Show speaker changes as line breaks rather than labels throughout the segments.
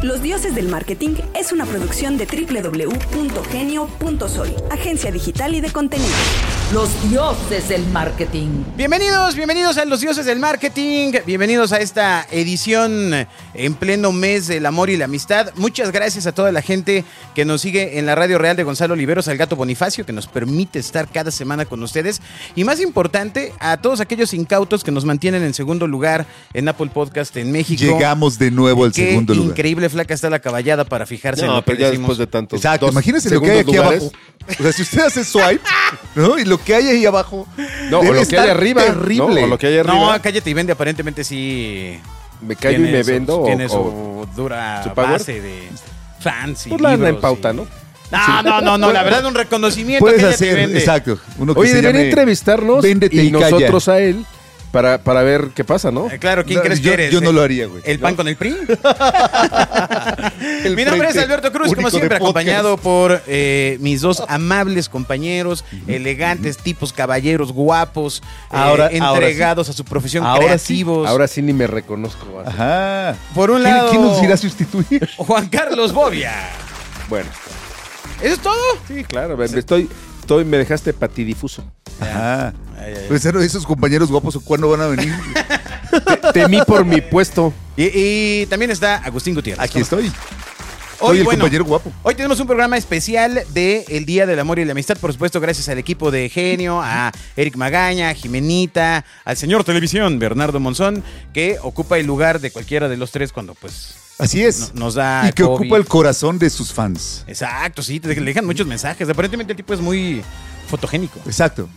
Los Dioses del Marketing es una producción de www.genio.soy, agencia digital y de contenido.
Los dioses del marketing.
Bienvenidos, bienvenidos a los dioses del marketing. Bienvenidos a esta edición en pleno mes del amor y la amistad. Muchas gracias a toda la gente que nos sigue en la Radio Real de Gonzalo Oliveros, al Gato Bonifacio, que nos permite estar cada semana con ustedes. Y más importante, a todos aquellos incautos que nos mantienen en segundo lugar en Apple Podcast en México.
Llegamos de nuevo al
Qué
segundo lugar.
increíble flaca está la caballada para fijarse en
No,
lo que
pero ya
decimos.
después de tantos.
Exacto,
dos
imagínense lo que hay aquí
segundos lugares.
abajo. O sea, si usted hace swipe, ¿no? Y lo que hay ahí abajo.
No, o
debe
lo que hay
estar
arriba.
Terrible.
¿no? O lo que hay
No,
arriba.
cállate y vende, aparentemente sí.
me callo y
tiene
me
su-
vendo. o-
Tiene su
o-
dura
su power.
base de fans y
Pues la andan
libros
en pauta,
y-
¿no?
No, no, no, no, la verdad un reconocimiento.
Puedes
que ella te
hacer,
vende.
exacto. Uno que
Oye,
se
debería
llame-
entrevistarnos
Véndete
y
y calla.
nosotros a él para, para ver qué pasa, ¿no?
Eh, Claro, ¿quién
No,
crees
yo-
que eres?
yo no lo haría, güey.
¿El
Yo-
pan con el PRI?
El
Mi nombre es
frente
Alberto Cruz, como
único de
siempre,
podcast.
acompañado por eh, mis dos amables compañeros, elegantes tipos, caballeros, guapos, eh,
Ahora- ahora sí.
entregados a su profesión,
Ahora sí,
creativos.
Ahora sí ni me reconozco. así.
Ajá.
Por un
¿Quién-
lado-
¿Quién nos irá a sustituir?
Juan Carlos Bobia.
Bueno,
¿Eso es todo?
sí, claro. me- me Estoy, estoy, me dejaste patidifuso.
Ajá.
Ay, ay, ay.
Pues eran esos compañeros guapos, ¿cuándo van a venir?
Temí por mi puesto.
Y, y también está Agustín Gutiérrez.
Aquí estoy.
Hoy,
Soy el
bueno,
compañero guapo.
Hoy tenemos un programa especial de El Día del Amor y la Amistad, por supuesto, gracias al equipo de Genio, a Eric Magaña, a Jimenita, al señor Televisión, Bernardo Monzón, que ocupa el lugar de cualquiera de los tres cuando pues
Así es.
no- nos da
y que
COVID.
ocupa el corazón de sus fans.
Exacto, sí, te le dejan muchos mensajes. Aparentemente el tipo es muy fotogénico.
Exacto.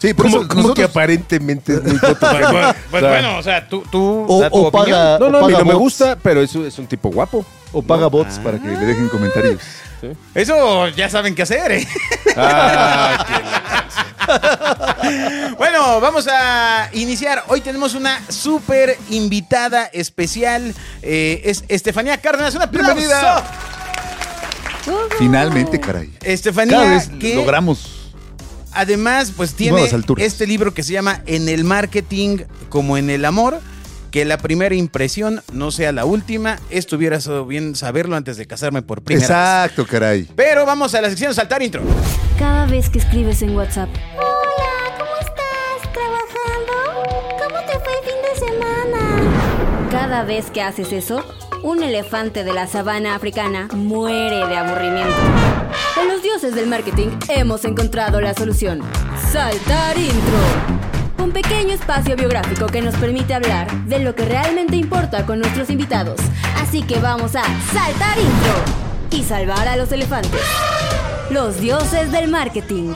Sí, por eso nosotros-
aparentemente es muy fotogénico?
Pues
O sea,
bueno, o sea, tú, tú
O-
da tu
o
opinión.
paga-
No, no, a mí
paga
no me
bots.
gusta, pero es, es un tipo guapo.
O paga bots para que le dejen comentarios.
Eso ya saben qué hacer, ¿eh?
Ah,
Bueno, vamos a iniciar. Hoy tenemos una súper invitada especial. eh, es Estefanía Cárdenas. Una bienvenida.
Finalmente, caray.
Estefanía,
Cada vez
que
logramos.
además pues tiene
Nuevas alturas.
este libro que se llama En el marketing como en el amor. Que la primera impresión no sea la última. Esto hubiera sido bien saberlo antes de casarme por primera vez.
Exacto, caray.
Pero vamos a la sección saltar intro.
Cada vez que escribes en WhatsApp. Hola, ¿cómo estás? ¿Trabajando? ¿Cómo te fue el fin de semana? Cada vez que haces eso, un elefante de la sabana africana muere de aburrimiento. En los dioses del marketing hemos encontrado la solución. Saltar intro. Un pequeño espacio biográfico que nos permite hablar de lo que realmente importa con nuestros invitados. Así que vamos a saltar intro y salvar a los elefantes. Los dioses del marketing.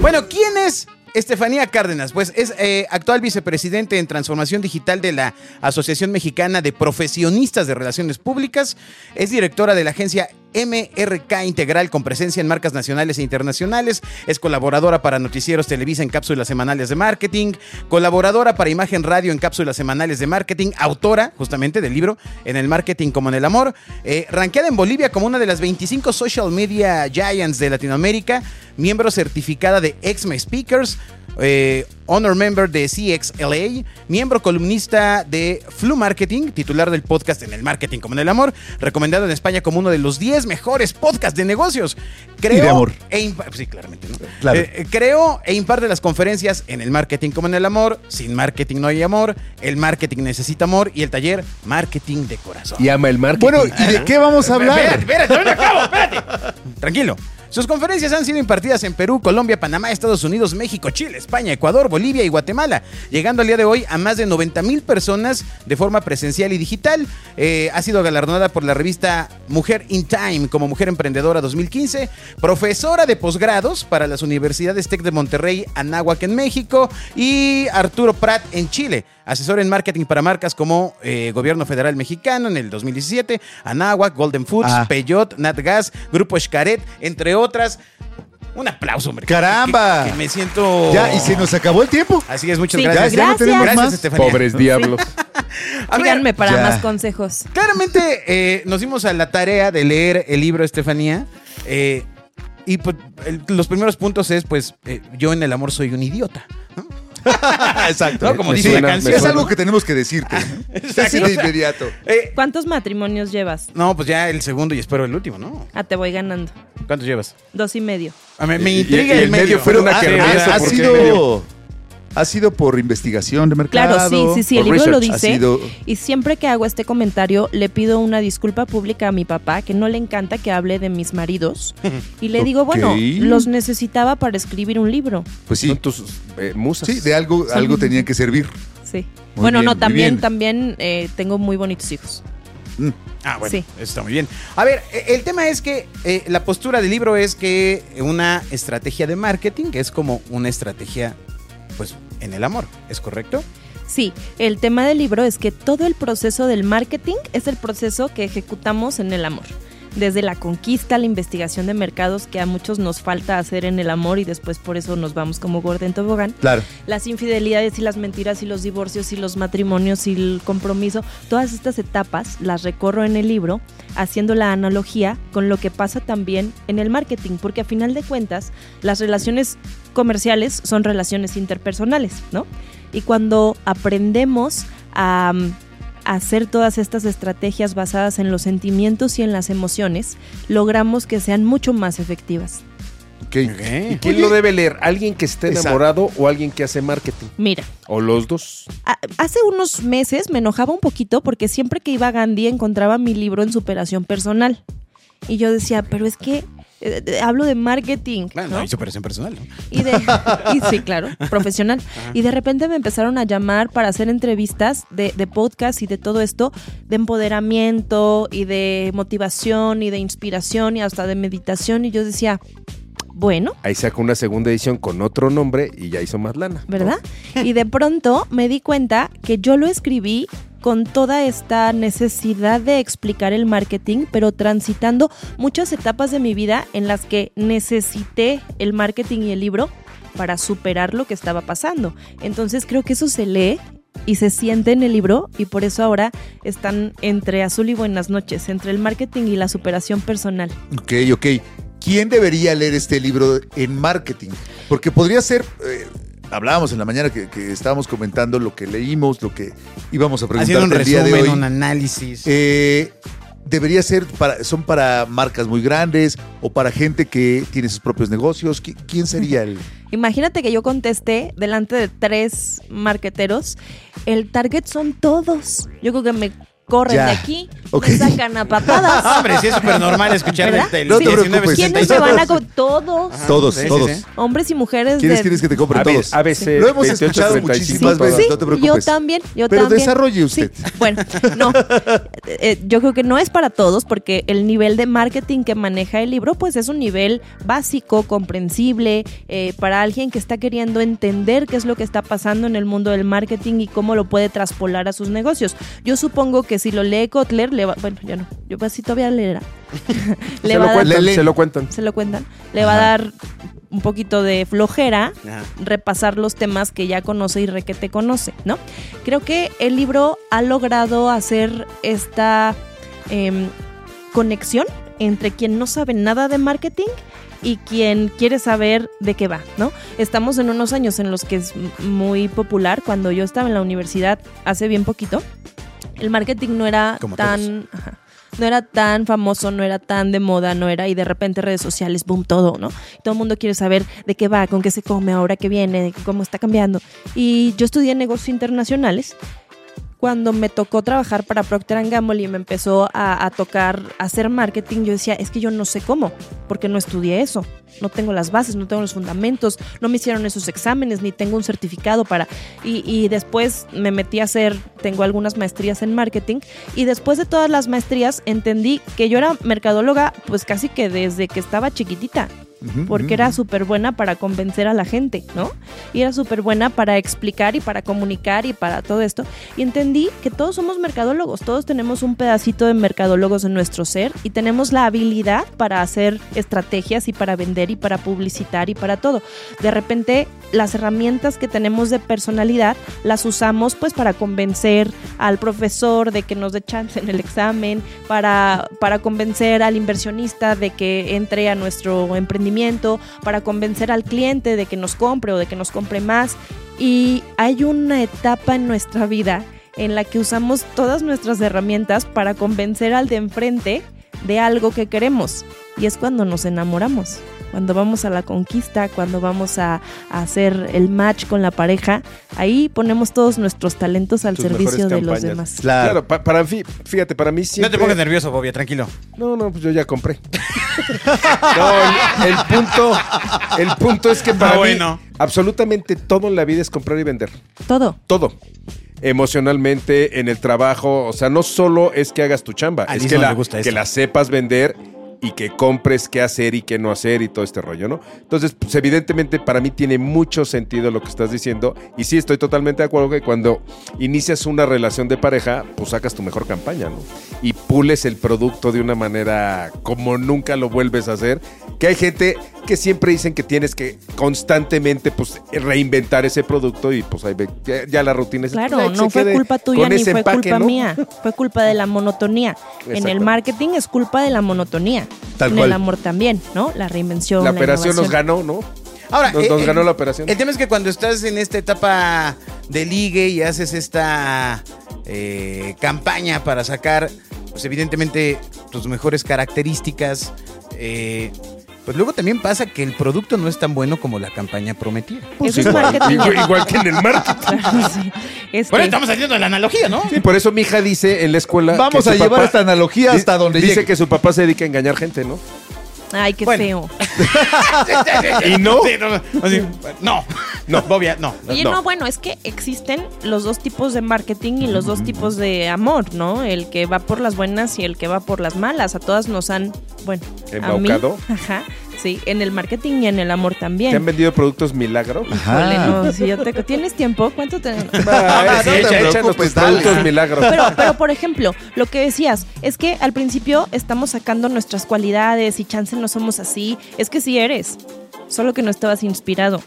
Bueno, ¿quién es Estefanía Cárdenas? Pues es eh, actual vicepresidente en transformación digital de la Asociación Mexicana de Profesionistas de Relaciones Públicas. Es directora de la agencia MRK Integral con presencia en marcas nacionales e internacionales. Es colaboradora para Noticieros Televisa en cápsulas semanales de marketing. Colaboradora para Imagen Radio en cápsulas semanales de marketing. Autora, justamente, del libro En el marketing como en el amor. Eh, ranqueada en Bolivia como una de las 25 social media giants de Latinoamérica. Miembro certificada de Exme Speakers. eh, honor member de CXLA, miembro columnista de Flu Marketing, titular del podcast En el Marketing como en el Amor, recomendado en España como uno de los 10 mejores podcasts de negocios. Creo
de amor.
e impa- sí, claramente, ¿no?
Claro.
Eh, eh, creo e imparte las conferencias en el marketing como en el amor, sin marketing no hay amor, el marketing necesita amor y el taller marketing de corazón.
y ama el marketing.
Bueno, ¿y de qué vamos a
Espérate,
hablar?
espérate, todavía no acabo, espérate. Tranquilo. Sus conferencias han sido impartidas en Perú, Colombia, Panamá, Estados Unidos, México, Chile, España, Ecuador, Bolivia y Guatemala, llegando al día de hoy a más de 90 mil personas de forma presencial y digital. Eh, ha sido galardonada por la revista Mujer in Time como Mujer Emprendedora 2015, profesora de posgrados para las universidades TEC de Monterrey, Anáhuac en México y Arturo Prat en Chile. Asesor en marketing para marcas como eh, Gobierno Federal Mexicano en el 2017, Anáhuac, Golden Foods,
Ah.
Peyot, Natgas, Grupo Xcaret, entre otras. Un aplauso, hombre.
¡Caramba!
Que, que me siento.
Ya, y se nos acabó el tiempo.
Así es, muchas
Sí,
gracias.
ya, ya no tenemos
gracias,
más.
Estefanía.
Pobres diablos.
A ver,
Síganme para
Ya.
más consejos.
Claramente eh, nos dimos a la tarea de leer el libro, Estefanía. eh, y pues, el- los primeros puntos es, pues, eh, yo en el amor soy un idiota. ¿no?
Exacto.
No, como
Me
dice
suena,
la
me
canción.
es algo que tenemos que decirte. Así de inmediato.
Eh,
¿Cuántos matrimonios llevas?
no, pues ya el segundo y espero el último, ¿no?
Ah, te voy ganando.
¿Cuántos llevas?
Dos Eh, y medio.
Ah, me, me
Y- y-
intriga
y
el,
el
medio.
medio fue
pero-
una
ah,
carne,
ah,
eso,
ah,
Ha
¿por
sí.
qué?
sido, ha sido por investigación de mercado.
Claro, sí, sí, sí, el
por
libro lo
research,
ha
dice.
sido-
Y siempre que hago este comentario, le pido una disculpa pública a mi papá, que no le encanta que hable de mis maridos. Y le digo, bueno,
Ok.
los necesitaba para escribir un libro.
Pues sí,
Son tus eh, musas.
sí, de algo, algo tenía que servir.
Sí.
Muy
bueno,
bien,
no,
muy
también,
bien.
también eh, tengo muy bonitos hijos.
Ah, bueno,
Sí.
está muy bien. A ver, eh, el tema es que eh, la postura del libro es que una estrategia de marketing es como una estrategia, pues, en el amor, ¿es correcto?
Sí, el tema del libro es que todo el proceso del marketing es el proceso que ejecutamos en el amor. Desde la conquista, la investigación de mercados que a muchos nos falta hacer en el amor y después por eso nos vamos como gorda en tobogán.
Claro.
Las infidelidades y las mentiras y los divorcios y los matrimonios y el compromiso, todas estas etapas las recorro en el libro haciendo la analogía con lo que pasa también en el marketing, porque a final de cuentas las relaciones comerciales son relaciones interpersonales, ¿no? Y cuando aprendemos a mm, hacer todas estas estrategias basadas en los sentimientos y en las emociones, logramos que sean mucho más efectivas.
Ok.
¿Y quién lo debe leer? ¿Alguien que esté
Exacto.
enamorado o alguien que hace marketing?
Mira,
O los dos.
A- Hace unos meses me enojaba un poquito porque siempre que iba a Gandhi encontraba mi libro en superación personal. Y yo decía, pero es que eh, eh, hablo de marketing.
Bueno,
¿no?
no, hay superación personal. ¿no?
Y, de, y sí, claro, profesional. Y de repente me empezaron a llamar para hacer entrevistas de, de podcast y de todo esto, de empoderamiento y de motivación y de inspiración y hasta de meditación. Y yo decía, bueno,
Ahí sacó una segunda edición con otro nombre y ya hizo más lana.
¿verdad? Y de pronto me di cuenta que yo lo escribí con toda esta necesidad de explicar el marketing, pero transitando muchas etapas de mi vida en las que necesité el marketing y el libro para superar lo que estaba pasando. Entonces creo que eso se lee y se siente en el libro y por eso ahora están entre azul y buenas noches, entre el marketing y la superación personal.
Ok, ok. ¿Quién debería leer este libro en marketing? Porque podría ser. eh, hablábamos en la mañana que, que estábamos comentando lo que leímos, lo que íbamos a preguntar
Haciendo un
el día de hoy.
resumen, un análisis.
Eh, debería ser para. Son para marcas muy grandes o para gente que tiene sus propios negocios. ¿Qui- ¿Quién sería el.?
Imagínate que yo contesté delante de tres marqueteros. El target son todos. Yo creo que me corren
Ya.
de aquí,
Ok. Ah,
me sacan a patadas.
Hombre, sí es súper normal escuchar
¿Verdad?
del
No te preocupes.
1965.
¿Quiénes se van a co- todos?
Ajá,
Todos,
sí, sí,
todos.
sí.
Hombres y mujeres
¿Quiénes
de-
quieres que te compre
A ver,
todos?
ABC,
Lo hemos
28,
escuchado
35,
muchísimas
todas.
veces,
Sí,
no te
yo
preocupes.
también, yo
Pero
también.
desarrolle usted.
Sí, Bueno, no. Eh, yo creo que no es para todos porque el nivel de marketing que maneja el libro pues es un nivel básico, comprensible, eh, para alguien que está queriendo entender qué es lo que está pasando en el mundo del marketing y cómo lo puede traspolar a sus negocios. Yo supongo que si lo lee Kotler, le va, bueno, ya no, yo pues sí todavía leerá. le
se,
va
lo
a dar,
cuentan,
Lele.
se lo cuentan.
se lo cuentan, le va a dar un poquito de flojera repasar los temas que ya conoce y requete conoce, ¿no? Creo que el libro ha logrado hacer esta em, conexión entre quien no sabe nada de marketing y quien quiere saber de qué va, ¿no? Estamos en unos años en los que es m- muy popular. Cuando yo estaba en la universidad hace bien poquito, el marketing no era
Como
tan... ajá, no era tan famoso, no era tan de moda, no era, y de repente redes sociales, boom, todo, ¿no? Todo el mundo quiere saber de qué va, con qué se come, ahora qué viene, cómo está cambiando. Y yo estudié negocios internacionales. Cuando me tocó trabajar para Procter Gamble y me empezó a, a tocar hacer marketing, yo decía, es que yo no sé cómo, porque no estudié eso. No tengo las bases, no tengo los fundamentos, no me hicieron esos exámenes, ni tengo un certificado para... Y, y después me metí a hacer, tengo algunas maestrías en marketing, y después de todas las maestrías entendí que yo era mercadóloga pues casi que desde que estaba chiquitita
Ujú, ujú.
porque era súper buena para convencer a la gente, ¿no? Y era súper buena para explicar y para comunicar y para todo esto. Y entendí que todos somos mercadólogos, todos tenemos un pedacito de mercadólogos en nuestro ser y tenemos la habilidad para hacer estrategias y para vender y para publicitar y para todo. De repente, las herramientas que tenemos de personalidad las usamos pues para convencer al profesor de que nos dé chance en el examen, para, para convencer al inversionista de que entre a nuestro emprendimiento, para convencer al cliente de que nos compre o de que nos compre más. Y hay una etapa en nuestra vida en la que usamos todas nuestras herramientas para convencer al de enfrente de algo que queremos. Y es cuando nos enamoramos, cuando vamos a la conquista, cuando vamos a, a hacer el match con la pareja. Ahí ponemos todos nuestros talentos al
Tus
servicio
mejores
de los
campañas.
demás.
Claro, pa- para mí, fíjate, para mí
No te
siempre...
pongas nervioso, Bobia, tranquilo.
No, no, pues yo ya compré. no, el, el punto, el punto es que para
Ah,
mí
bueno.
absolutamente todo en la vida es comprar y vender.
Todo.
Todo. Emocionalmente, en el trabajo. O sea, no solo es que hagas tu chamba,
A
es
Liz
que,
no
la,
le gusta
que
eso.
la sepas vender y que compres qué hacer y qué no hacer y todo este rollo, ¿no? Entonces, pues evidentemente para mí tiene mucho sentido lo que estás diciendo. Y sí, estoy totalmente de acuerdo que cuando inicias una relación de pareja, pues sacas tu mejor campaña, ¿no? Y pules el producto de una manera como nunca lo vuelves a hacer. Que hay gente que siempre dicen que tienes que constantemente pues reinventar ese producto y pues ahí ve, ya, ya la rutina es
Claro,
Ay, se
no fue
quede
culpa tuya
con
ni
ese
fue
empaque,
culpa
¿no?
mía. Fue culpa de la monotonía. En el
Exactamente.
marketing es culpa de la monotonía.
Tal
en
cual.
el amor también, ¿no? La reinvención.
La operación nos
innovación.
ganó, ¿no?
Ahora,
Nos- nos ganó la operación.
El tema es que cuando estás en esta etapa de ligue y haces esta eh, campaña para sacar, pues evidentemente, tus mejores características, eh, pues luego también pasa que el producto no es tan bueno como la campaña prometía.
Eso es marketing.
Igual, igual que en el marketing.
Claro, sí. Este,
Bueno, estamos haciendo la analogía, ¿no?
Sí, por eso mi hija dice en la escuela.
Vamos
que
a
su
llevar esta analogía
di-
hasta donde
Dice
llegue.
que su papá se dedica a engañar gente, ¿no?
Ay, qué
Bueno.
feo.
¿Y no? no, así, no, no, Bobia, no.
Oye, no. bueno, es que existen los dos tipos de marketing y los dos tipos de amor, ¿no? El que va por las buenas y el que va por las malas. A todas nos han, bueno, a mí,
Embaucado.
ajá, sí, en el marketing y en el amor también.
¿Te han Ah. vendido productos milagro?
Híjole, no, si yo te- ¿Tienes tiempo? ¿Cuánto te...?
Ah,
no
sí,
te
echa- echa
preocupes,
nuestros
dale.
productos milagro.
Pero, pero, por ejemplo, lo que decías es que al principio estamos sacando nuestras cualidades y chance no somos así. Es que sí eres, solo que no estabas inspirado.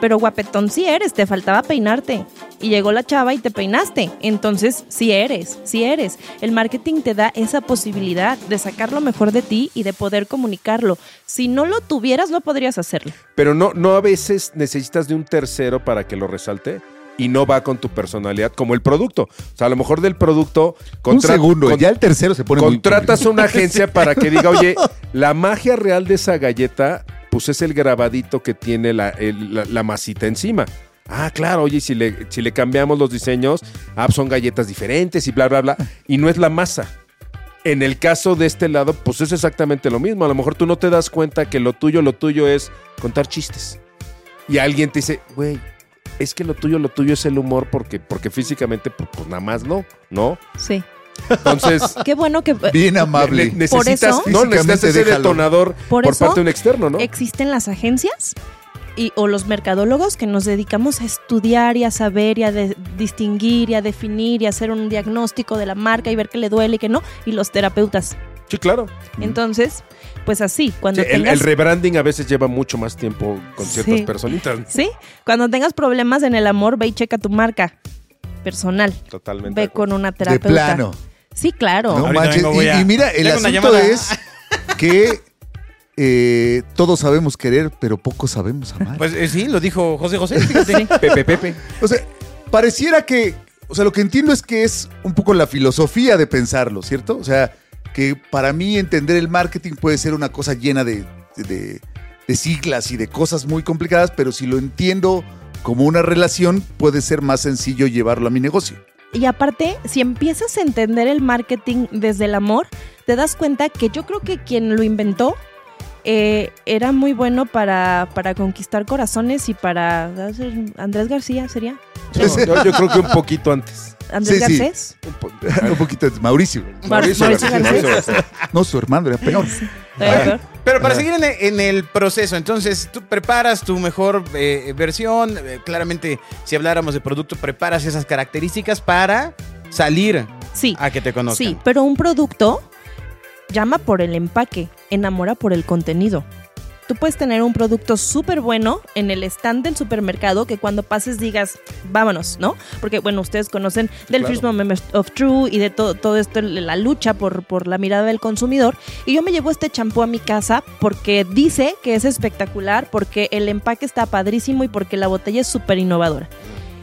Pero guapetón sí eres, te faltaba peinarte. Y llegó la chava y te peinaste. Entonces sí eres, sí eres. El marketing te da esa posibilidad de sacar lo mejor de ti y de poder comunicarlo. Si no lo tuvieras, no podrías hacerlo.
Pero no, no a veces necesitas de un tercero para que lo resalte y no va con tu personalidad como el producto. O sea, a lo mejor del producto
Un
contra-
segundo,
con-
ya el tercero se pone muy-
contratas a una agencia para que diga, oye, la magia real de esa galleta, pues es el grabadito que tiene la, el- la- la masita encima. Ah, claro, oye, y si le, si le cambiamos los diseños, ah, son galletas diferentes y bla, bla, bla. Y no es la masa. En el caso de este lado, pues es exactamente lo mismo. A lo mejor tú no te das cuenta que lo tuyo, lo tuyo es contar chistes. Y alguien te dice, güey, es que lo tuyo, lo tuyo es el humor porque, porque físicamente, pues, pues nada más no, ¿no?
Sí.
Entonces,
Qué bueno que...
Bien amable.
ne- necesitas,
eso-
no, necesitas
Físicamente
ese
déjalo.
detonador
Por
por,
eso-
parte de un externo, ¿no?
existen las agencias y, o los mercadólogos que nos dedicamos a estudiar y a saber y a de- distinguir y a definir y a hacer un diagnóstico de la marca y ver qué le duele y qué no, y los terapeutas.
sí, claro.
Entonces, pues así, cuando
Sí, el,
tengas...
el rebranding a veces lleva mucho más tiempo con ciertas
Sí.
personitas.
sí, cuando tengas problemas en el amor, ve y checa tu marca personal.
Totalmente. de
Ve
acuerdo.
con una
De
terapeuta.
plano.
Sí, claro.
No
Ahorita
manches.
vengo,
Y-
voy
Y,
a-
mira, el
Tengo una
asunto
llamada.
es que eh, todos sabemos querer, pero poco sabemos amar.
Pues eh, sí, lo dijo José José, fíjate.
Pepe, Pepe.
O sea, pareciera que. O sea, lo que entiendo es que es un poco la filosofía de pensarlo, ¿cierto? O sea, que para mí entender el marketing puede ser una cosa llena de, de- de siglas y de cosas muy complicadas, pero si lo entiendo como una relación, puede ser más sencillo llevarlo a mi negocio.
Y aparte, si empiezas a entender el marketing desde el amor, te das cuenta que yo creo que quien lo inventó eh, era muy bueno para, para conquistar corazones y para... Andrés García sería.
No, yo, yo creo que un poquito antes.
Andrés
Sí, sí.
Garcés.
Un po-
un poquito, Mauricio.
Mar- Mauricio Garcés.
No, su hermano era peor.
Todavía
Ay.
peor.
Pero para seguir en el, en el proceso, entonces tú preparas tu mejor eh, versión, eh, claramente si habláramos de producto, preparas esas características para salir
Sí,
a que te conozcan.
sí, pero un producto llama por el empaque, enamora por el contenido. Tú puedes tener un producto súper bueno en el stand del supermercado que cuando pases digas, vámonos, ¿no? Porque, bueno, ustedes conocen del
Claro.
First Moment of True y de todo, todo esto, la lucha por, por la mirada del consumidor. Y yo me llevo este champú a mi casa porque dice que es espectacular, porque el empaque está padrísimo y porque la botella es súper innovadora.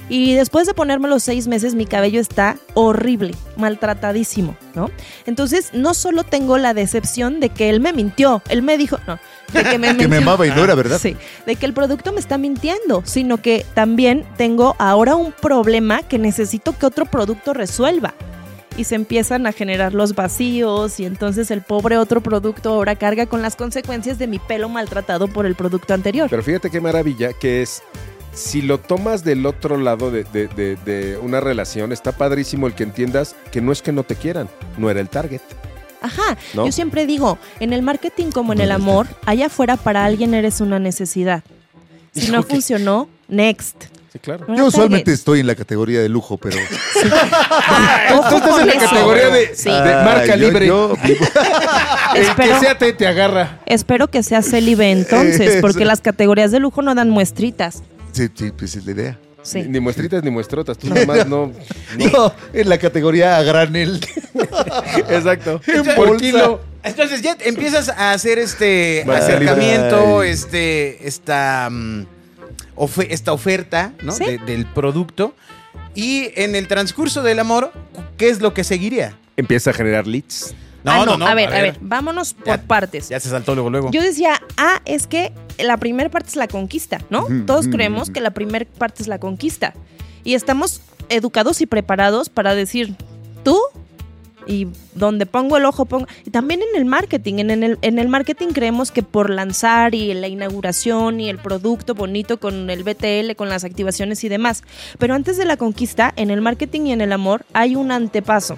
Y después de ponérmelo seis meses, mi cabello está horrible, maltratadísimo, ¿no? Entonces, no solo tengo la decepción de que él me mintió, él me dijo, no, de que me
Que
mintió.
me amaba y no era verdad.
Ah, Sí, de que el producto me está mintiendo, sino que también tengo ahora un problema que necesito que otro producto resuelva. Y se empiezan a generar los vacíos y entonces el pobre otro producto ahora carga con las consecuencias de mi pelo maltratado por el producto anterior.
Pero fíjate qué maravilla que es. Si lo tomas del otro lado de, de- de- de una relación, está padrísimo el que entiendas que no es que no te quieran, no era el target.
Ajá,
¿No?
yo siempre digo, en el marketing como en el amor, allá afuera para alguien eres una necesidad. Si no
Híjole.
funcionó, next.
Sí, claro.
No
Yo
era
usualmente
target.
estoy en la categoría de lujo, pero.
Ojo
Tú estás
con
Ah, en la
eso.
categoría de,
Sí.
de marca
Ah, yo-
libre.
yo-
el que
Espero-
sea te, te agarra.
Espero que sea célibe entonces, porque las categorías de lujo no dan muestritas.
sí, sí, pues es la idea.
Sí.
Ni, ni muestritas ni muestrotas. Tú nomás no. no.
Yo, en la categoría a granel.
Exacto.
En
Por
bolsa.
kilo.
Entonces ya empiezas a hacer este
Vale.
acercamiento,
Ay.
este, esta, mm, ofe- esta oferta ¿no?
Sí.
De- del producto. Y en el transcurso del amor, cu- ¿qué es lo que seguiría?
Empieza a generar leads.
Ah, no, A ver, a ver, vámonos por
Ya-
partes.
Ya se saltó luego, luego.
Yo decía, ah, es que la primera parte es la conquista, ¿no?
Ujú,
Todos
ujú,
creemos
ujú.
que la primera parte es la conquista. Y estamos educados y preparados para decir, tú y donde pongo el ojo, pongo... Y también en el marketing, en, en el, en el marketing creemos que por lanzar y la inauguración y el producto bonito con el BTL, con las activaciones y demás. Pero antes de la conquista, en el marketing y en el amor hay un antepaso,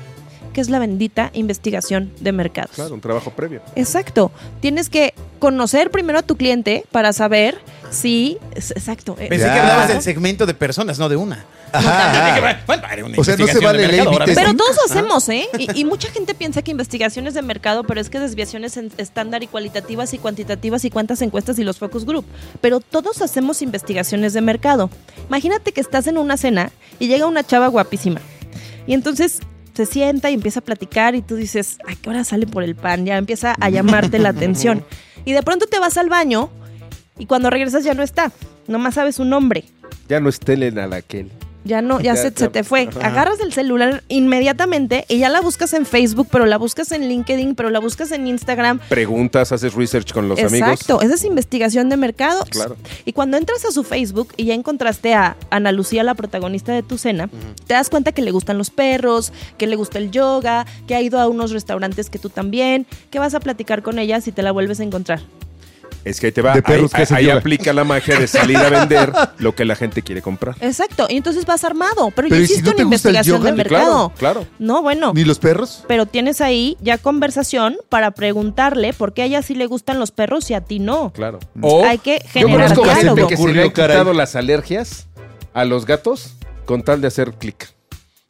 que es la bendita investigación de mercados.
Claro, un trabajo previo.
Exacto. Tienes que conocer primero a tu cliente para saber si. es- Exacto. eh,
Pensé
Ya.
que hablabas del segmento de personas, no de una.
Ajá. O sea, no se vale ley ni test.
Pero todos lo hacemos, ¿eh? Y, y mucha gente piensa que investigaciones de mercado, pero es que desviaciones en- estándar y cualitativas y cuantitativas y cuántas encuestas y los focus group. Pero todos hacemos investigaciones de mercado. Imagínate que estás en una cena y llega una chava guapísima. Y entonces se sienta y empieza a platicar y tú dices, ¿a qué hora sale por el pan? Ya empieza a llamarte la atención. Y de pronto te vas al baño y cuando regresas ya no está. Nomás sabes su nombre.
Ya no es Telena la aquel.
Ya no, ya,
Ya,
se,
ya.
se te fue. Agarras el celular inmediatamente y ya la buscas en Facebook, pero la buscas en LinkedIn, pero la buscas en Instagram.
Preguntas, haces research con los
Exacto,
amigos.
esa es investigación de mercado.
Claro.
Y cuando entras a su Facebook y ya encontraste a Ana Lucía, la protagonista de tu cena, te das cuenta que le gustan los perros, que le gusta el yoga, que ha ido a unos restaurantes que tú también, que vas a platicar con ella si te la vuelves a encontrar.
Es que ahí te va.
De perros
ahí
que se
ahí
llevan.
aplica la magia de salir a vender lo que la gente quiere comprar.
Exacto, y entonces vas armado, pero,
Pero
ya
¿y si
hiciste
no
una
te gusta el
investigación
yoga?
de
Sí,
mercado.
Claro, claro.
No, bueno.
¿Ni los perros?
pero tienes ahí ya conversación para preguntarle por qué a ella sí le gustan los perros y a ti no.
Claro. O
Hay que
Oh, yo
generar
conozco gente
diálogo.
que se le han quitado las alergias a los gatos con tal de hacer clic.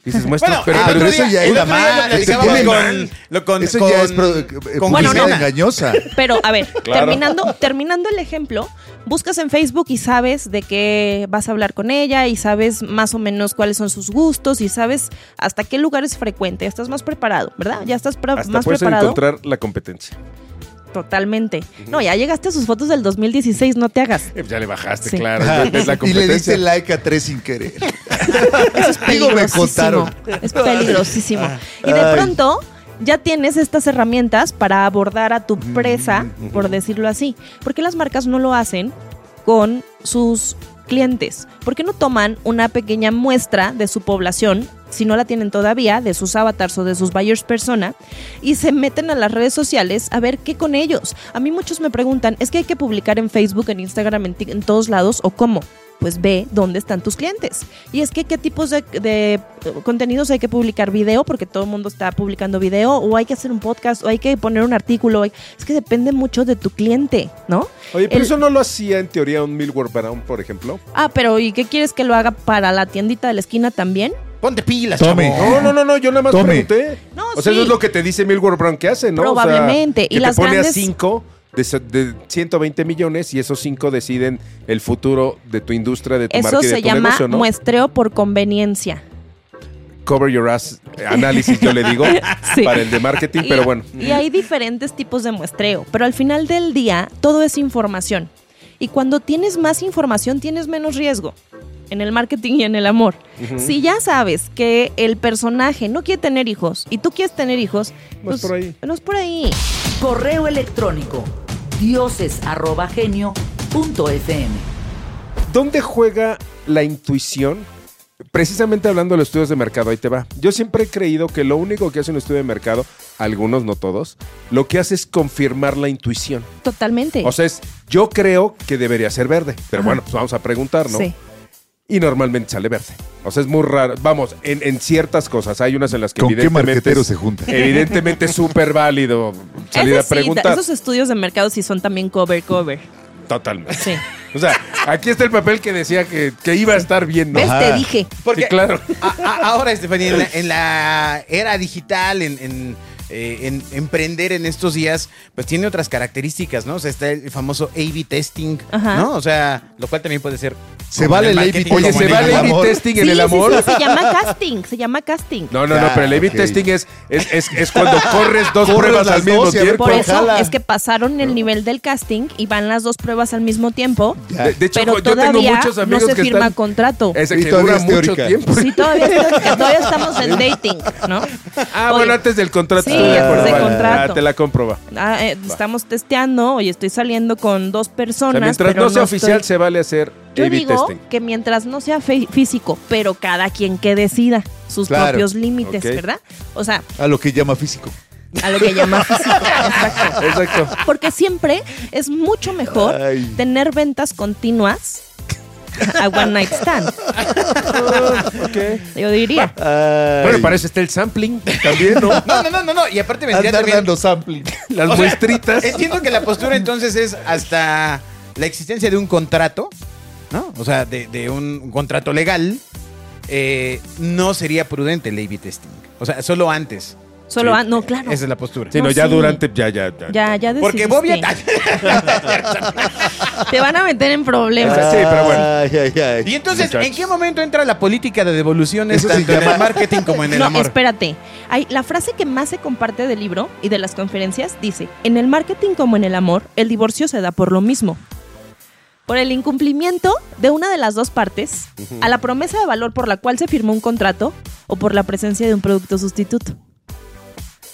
Dices, muestra,
Bueno,
pero,
el
pero
otro
eso
día-
ya
el
es
otro día lo
mal, eso ya
platicábamos
es
con,
mal.
lo- con-
Eso
con-
ya es pro- eh,
con
publicidad
Jimena.
engañosa.
Pero a ver,
Claro.
terminando, terminando el ejemplo, buscas en Facebook y sabes de qué vas a hablar con ella y sabes más o menos cuáles son sus gustos y sabes hasta qué lugar es frecuente. Estás más preparado, ¿verdad? Ya estás pre-
Hasta
más
puedes
preparado.
encontrar la competencia.
Totalmente. No, ya llegaste a sus fotos del 2016, no te hagas.
Eh, Ya le bajaste,
Sí.
claro. ya ves la
y le diste
competencia.
like a tres sin querer.
Eso es
Digo, me
peligrosísimo.
contaron.
Es peligrosísimo. Y de
Ay.
pronto ya tienes estas herramientas para abordar a tu
Mm,
presa, por decirlo así. ¿Por qué las marcas no lo hacen con sus clientes? ¿Por qué no toman una pequeña muestra de su población, si no la tienen todavía, de sus avatars o de sus buyers persona, y se meten a las redes sociales a ver qué con ellos? A mí muchos me preguntan, ¿es que hay que publicar en Facebook, en Instagram, en, Tik- en todos lados o cómo? Pues ve dónde están tus clientes. Y es que qué tipos de, de, eh, contenidos hay que publicar video, porque todo el mundo está publicando video, o hay que hacer un podcast, o hay que poner un artículo. o hay- Es que depende mucho de tu cliente, ¿no?
Oye, pero
El-
eso no lo hacía en teoría un Millward Brown, por ejemplo.
Ah, pero ¿y qué quieres que lo haga para la tiendita de la esquina también?
Ponte pilas,
Tome.
chavo.
No, no, no, no, yo nada más
Tome.
pregunté.
No,
o sea,
sí.
eso es lo que te dice Milward Brown que hace, ¿no? O sea,
Probablemente. Y
que
las
te pone
grandes-
a 5 de, se- de 120 millones y esos 5 deciden el futuro de tu industria, de tu
Eso
marca y de
se
tu
llama
negocio, ¿no?
muestreo por conveniencia.
Cover your ass eh, análisis, yo le digo,
Sí.
para el de marketing,
Y-
pero bueno.
Y hay diferentes tipos de muestreo, pero al final del día todo es información. Y cuando tienes más información tienes menos riesgo en el marketing y en el amor. Si ya sabes que el personaje no quiere tener hijos y tú quieres tener hijos,
No es Pues por ahí.
No es por ahí.
Correo electrónico dioses@genio.fm.
¿Dónde juega la intuición? Precisamente hablando de los estudios de mercado, ahí te va. Yo siempre he creído que lo único que hace un estudio de mercado, algunos, no todos, lo que hace es confirmar la intuición.
Totalmente.
O sea, es, yo creo que debería ser verde, pero bueno, pues vamos a preguntar, ¿no?
Sí.
Y normalmente sale verde. O sea, es muy raro. Vamos, en, en ciertas cosas. Hay unas en las que
¿Con qué
evidentemente
marquetero
es-
se junta?
Evidentemente es súper válido salir
Ese
a
sí,
preguntar.
esos estudios de mercado sí son también cover, cover.
Totalmente.
Sí.
O sea, aquí está el papel que decía que, que iba a estar bien, ¿no?
¿Ves?
Sí,
Te dije.
Porque
claro.
a- a- ahora, Estefanía, en la, en la era digital, en, en, eh, en emprender en estos días, pues tiene otras características, ¿no? O sea, está el famoso A-B testing,
Ajá.
¿no? O sea, lo cual también puede ser.
Se vale el
marketing
A/B
como
Oye,
testing.
en
¿se
el amor.
va el A-B testing en el
Sí, sí,
amor?
sí, se llama casting, se llama casting.
No, no, no,
Ya,
pero el A-B
ok.
testing es, es, es, es cuando corres dos
Corres
pruebas
las
al mismo
dos y a ver
tiempo.
Por
Pues,
eso
jala.
es que pasaron el nivel del casting y van las dos pruebas al mismo tiempo.
Ya.
De, de hecho,
pero
yo tengo
todavía
muchos amigos
no se
que
firma
están...
contrato.
Ese
Y
que
todavía es
dura mucho
teórica.
tiempo.
Sí, todavía, es- todavía estamos en dating, ¿no?
Ah,
Oye,
bueno, antes del contrato.
Sí,
estoy de
antes
acuerdo,
del
vale.
contrato.
Ah, te la comproba.
ah, eh, estamos testeando, oye, estoy saliendo con dos personas.
mientras
pero
no sea
estoy-
oficial, se vale hacer
Yo
A-B
digo
testing.
que mientras no sea fe- físico, pero cada quien que decida sus
Claro.
propios límites,
Ok.
¿verdad? O sea,
A lo que llama físico.
a lo que llama físico. Exacto.
Exacto.
Porque siempre es mucho mejor
Ay.
tener ventas continuas a One Night Stand. Yo diría.
Bueno, para eso está el sampling también, ¿no?
No, no, no, no, no. Y aparte vendría
Andar
también.
dando sampling.
Las
O sea,
Eh,
muestritas.
Entiendo que la postura entonces es hasta la existencia de un contrato, ¿no? O sea, de, de un, un contrato legal. eh, no sería prudente el A-B testing. O sea, solo antes.
Solo, ah, no, claro.
Esa es la postura.
Sí, no,
no,
ya
sí.
durante, ya, ya, ya.
Ya, ya
Porque
decidiste.
Bobby.
Te van a meter en problemas.
Ah,
Sí, pero bueno.
Ay, ay, ay.
Y entonces, ¿en
Muchachos.
qué momento entra la política de devoluciones
Eso se
tanto en
llama-
el marketing como en el
no,
amor?
espérate. Hay, la frase que más se comparte del libro y de las conferencias dice, en el marketing como en el amor, el divorcio se da por lo mismo. Por el incumplimiento de una de las dos partes, a la promesa de valor por la cual se firmó un contrato o por la presencia de un producto sustituto.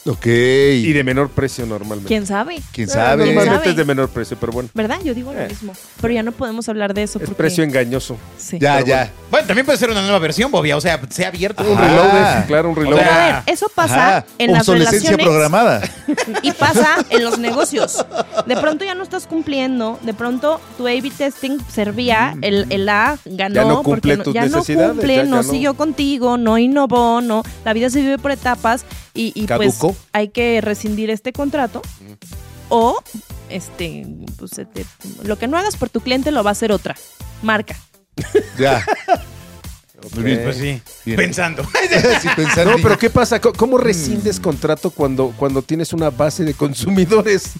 Ok.
Y de menor precio normalmente.
¿Quién sabe?
¿Quién
Ah,
sabe?
Normalmente
sabe?
es de menor precio, pero bueno.
¿Verdad? Yo digo lo
Eh.
mismo. Pero ya no podemos hablar de eso
Es
porque...
precio engañoso.
Sí.
Ya,
Pero
ya.
Bueno, también puede ser una nueva versión, Bobby. O sea, se ha abierto.
Un
Ajá.
reload, claro, un
O
reload.
sea,
A ver, eso pasa
Ajá.
en las
Obsolescencia
relaciones.
programada.
y pasa en los negocios. De pronto ya no estás cumpliendo, de pronto tu A-B testing servía, el, el A
Mm,
ganó,
Ya no cumple
porque no-
tus
ya no
necesidades,
cumple,
ya- ya
no,
no.
siguió contigo, no innovó, no. La vida se vive por etapas y, y pues
Caducó. Mm.
hay que rescindir este contrato o este, pues, se te- lo que no hagas por tu cliente lo va a hacer otra marca.
Ya.
Pues, pues sí.
Bien.
Pensando.
Sin pensar
No,
ni-
pero ¿qué pasa? Co- ¿Cómo rescindes contrato cuando, cuando tienes una base de consumidores?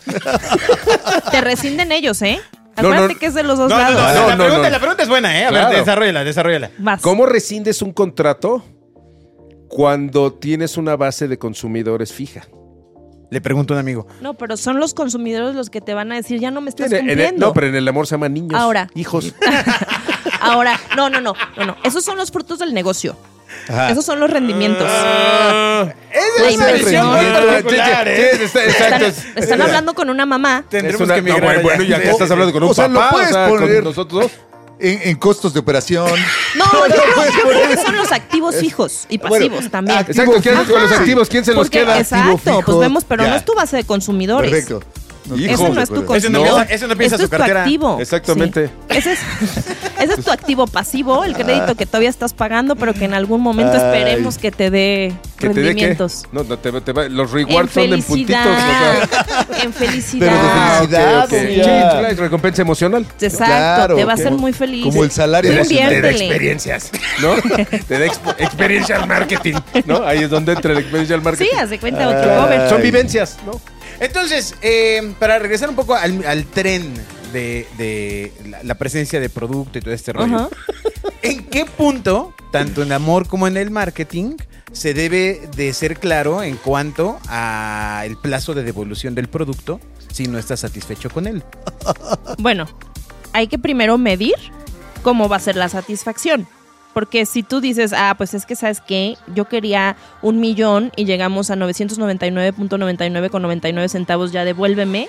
Te rescinden ellos, ¿eh?
No, no.
Acuérdate que es de los dos
No, no,
lados.
no,
No,
la,
no,
pregunta,
no.
la pregunta es buena, ¿eh? A
Claro.
ver, desarrollala, desarrollala.
Vas.
¿Cómo rescindes un contrato cuando tienes una base de consumidores fija?
Le pregunto a un amigo.
No, pero son los consumidores los que te van a decir, ya no me estás
En el- en
cumpliendo.
el- no, pero en el amor se llaman niños.
Ahora.
Hijos.
Ahora, no, no, no, no, no. Esos son los frutos del negocio.
Ajá.
Esos son los rendimientos.
Ah,
Esa
La
es una visión muy
inversión.
particular,
Sí,
¿eh?
sí, sí, está-
Están,
exacto.
están hablando con una mamá.
Es
Tendremos
una-
que
no,
migrar.
bueno,
allá.
bueno, ya que estás hablando con un
O sea, lo
papá,
puedes
o sea,
poner-
con nosotros dos.
En, en costos de operación.
No, yo,
Pues,
creo, yo creo que son los activos fijos y pasivos
Bueno,
también.
activos
Exacto, ¿qué haces con los
Ajá.
activos? ¿Quién se los
Porque-
queda?
Exacto,
Activo
pues
fijo.
vemos, pero
Ya.
no es tu base de consumidores.
Perfecto. Nos
Hijo.
pusimos
Eso
de
no es tu
acuerdo.
Ese no
consumidor.
piensa- ese no piensa
Esto
su
es tu
cartera.
activo.
Exactamente.
Sí. Ese, es, ese es tu activo pasivo, el crédito que todavía estás pagando, pero que en algún momento esperemos que te dé
Que te dé qué.
rendimientos.
No, no, te, va- te va- los
En
rewards son en puntitos. o sea.
felicidad. En felicidad.
Pero de felicidad,
Ok, ok.
Sofía.
Sí, claro, es recompensa emocional,
Exacto,
Claro,
te va a
como-
hacer muy feliz.
como el salario
Tú
de la señora.
Inviértele.
¿no? Te da exp- experiencia al marketing, ¿no? Ahí es donde entra la experiencia al
Sí,
marketing.
haz de cuenta otro cover.
Son vivencias, ¿no?
Entonces, eh, para regresar un poco al, al tren de, de la, la presencia de producto y todo este rollo,
Ajá.
¿en qué punto, tanto en amor como en el marketing, se debe de ser claro en cuanto a el plazo de devolución del producto si no estás satisfecho con él?
Bueno, hay que primero medir cómo va a ser la satisfacción. Porque si tú dices, ah, pues es que sabes que yo quería un millón y llegamos a 999.99 con 99 centavos, ya devuélveme,